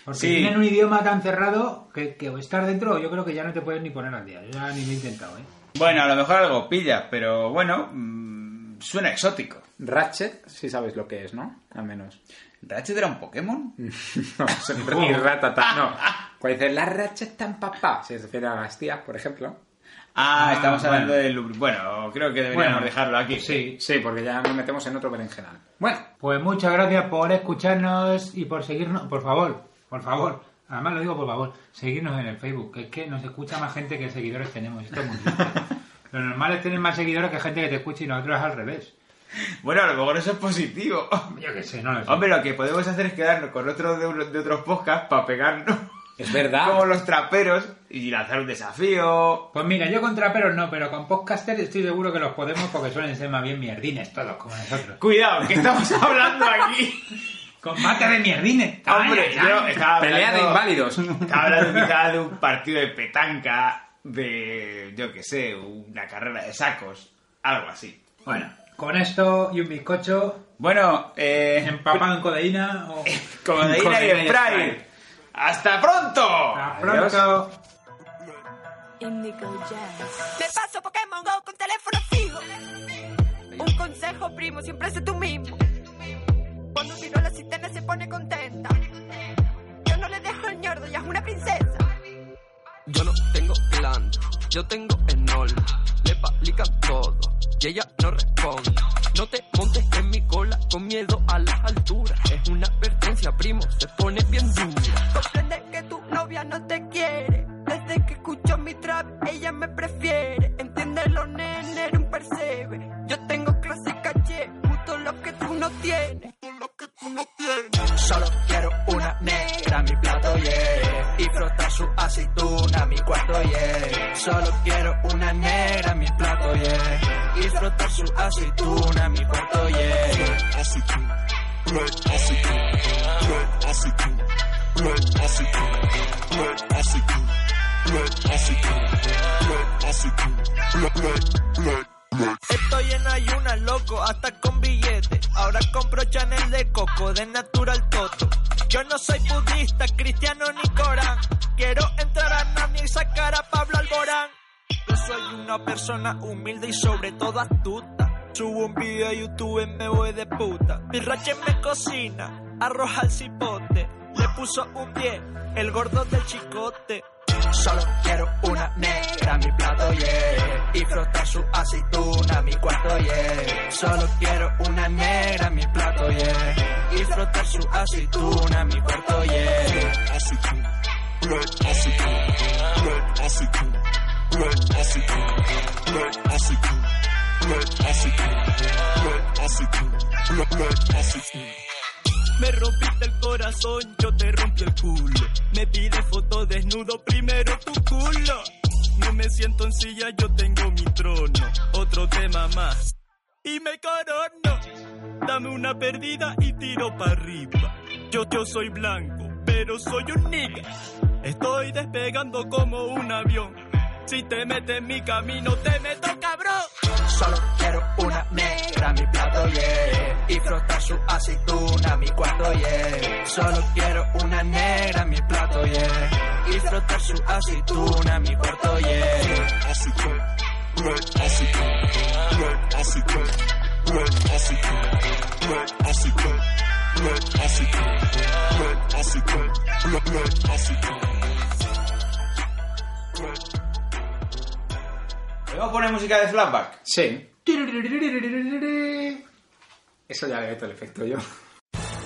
Speaker 8: Porque
Speaker 10: Sí.
Speaker 8: tienen un idioma tan cerrado que, que o estar dentro, yo creo que ya no te puedes ni poner al día. Yo ya ni lo he intentado, ¿eh?
Speaker 10: Bueno, a lo mejor algo pilla, pero bueno, mm, suena exótico.
Speaker 2: Ratchet, si sabes lo que es, ¿no? Al menos.
Speaker 10: ¿Ratchet era un Pokémon?
Speaker 2: no, son y ratata, no. Cuando dices, las Ratchet están papá, se refiere a las tías, por ejemplo.
Speaker 10: Ah, estamos
Speaker 2: bueno.
Speaker 10: hablando del... lubri- Bueno, creo que deberíamos
Speaker 8: Bueno,
Speaker 10: dejarlo aquí.
Speaker 8: Sí.
Speaker 2: Sí, porque ya nos metemos en otro berenjenal. Bueno.
Speaker 8: Pues muchas gracias por escucharnos y por seguirnos. Por favor, por favor. Además lo digo por favor, seguirnos en el Facebook. que Es que nos escucha más gente que seguidores tenemos. Esto es muy triste. Lo normal es tener más seguidores que gente que te escuche y nosotros es al revés.
Speaker 10: Bueno, a lo mejor eso es positivo.
Speaker 8: Yo qué sé, no lo sé.
Speaker 10: Hombre, lo que podemos hacer es quedarnos con otros de, de otros podcasts para pegarnos.
Speaker 2: Es verdad.
Speaker 10: Como los traperos y lanzar un desafío.
Speaker 8: Pues mira, yo con traperos no, pero con podcasters estoy seguro que los podemos porque suelen ser más bien mierdines todos como nosotros.
Speaker 10: Cuidado, que estamos hablando aquí.
Speaker 8: Combate de mierdines.
Speaker 10: Hombre,
Speaker 8: Ay, ay,
Speaker 10: yo
Speaker 8: ay.
Speaker 10: estaba hablando,
Speaker 8: Pelea de inválidos.
Speaker 10: Estaba hablando quizá de un partido de petanca, de, yo qué sé, una carrera de sacos, algo así.
Speaker 8: Bueno, con esto y un bizcocho
Speaker 10: Bueno, eh,
Speaker 8: empapado en codeína o...
Speaker 10: codeína y Sprite. ¡Hasta pronto! ¡Hasta
Speaker 8: pronto.
Speaker 23: Indigo Jazz. Me paso Pokémon Go con teléfono fijo. Un consejo, primo, siempre sé tú mismo. Cuando tiro la cisterna se pone contenta. Yo no le dejo el ñordo, ya es una princesa.
Speaker 5: Yo no tengo plan, yo tengo enol. Le palica todo y ella no responde. No te montes en mi cola con miedo a las alturas. Es una advertencia, primo, se pone bien dura.
Speaker 23: Comprender que tu novia no te quiere. Desde que escucho mi trap, ella me prefiere. Entiéndelo, nene, eres un percebe. Yo tengo clase y caché, justo lo que tú no tienes.
Speaker 5: Solo quiero una negra, mi plato, yeah. Y frotar su aceituna, mi cuarto, yeah. Solo quiero una negra, mi plato, yeah. Y frotar su aceituna, mi cuarto, yeah. Aceituna, aceituna, aceituna, aceituna, aceituna, Estoy en ayunas, loco, hasta con billetes. Ahora compro Chanel de coco, de natural toto. Yo no soy budista, cristiano ni corán. Quiero entrar a Narnia y sacar a Pablo Alborán. Yo soy una persona humilde y sobre todo astuta. Subo un video a YouTube y me voy de puta. Mi rache me cocina, arroja al cipote. Le puso un 10, el gordo del chicote. Solo quiero una negra, mi plato, yeah. Y frotar su aceituna, mi cuarto, yeah. Solo quiero una negra, mi plato, yeah. Y frotar su aceituna, mi cuarto, yeah. Aceituna, aceituna, aceituna, aceituna, aceituna, me rompiste el corazón, yo te rompí el culo. Me pide foto desnudo, primero tu culo. No me siento en silla, yo tengo mi trono. Otro tema más. Y me corono. Dame una perdida y tiro para arriba. Yo, yo soy blanco, pero soy un nigga. Estoy despegando como un avión. Si te metes en mi camino, te meto cabrón. Solo quiero una negra, mi plato, yeah. Y frotar su aceituna, mi cuarto, yeah. Solo quiero una negra, mi plato, yeah. Y frotar su aceituna, mi cuarto, yeah. Aceituna, aceituna, aceituna, aceituna, aceituna, aceituna, aceituna,
Speaker 10: ¿Podemos poner música de flashback?
Speaker 2: Sí. Eso ya le meto el efecto yo.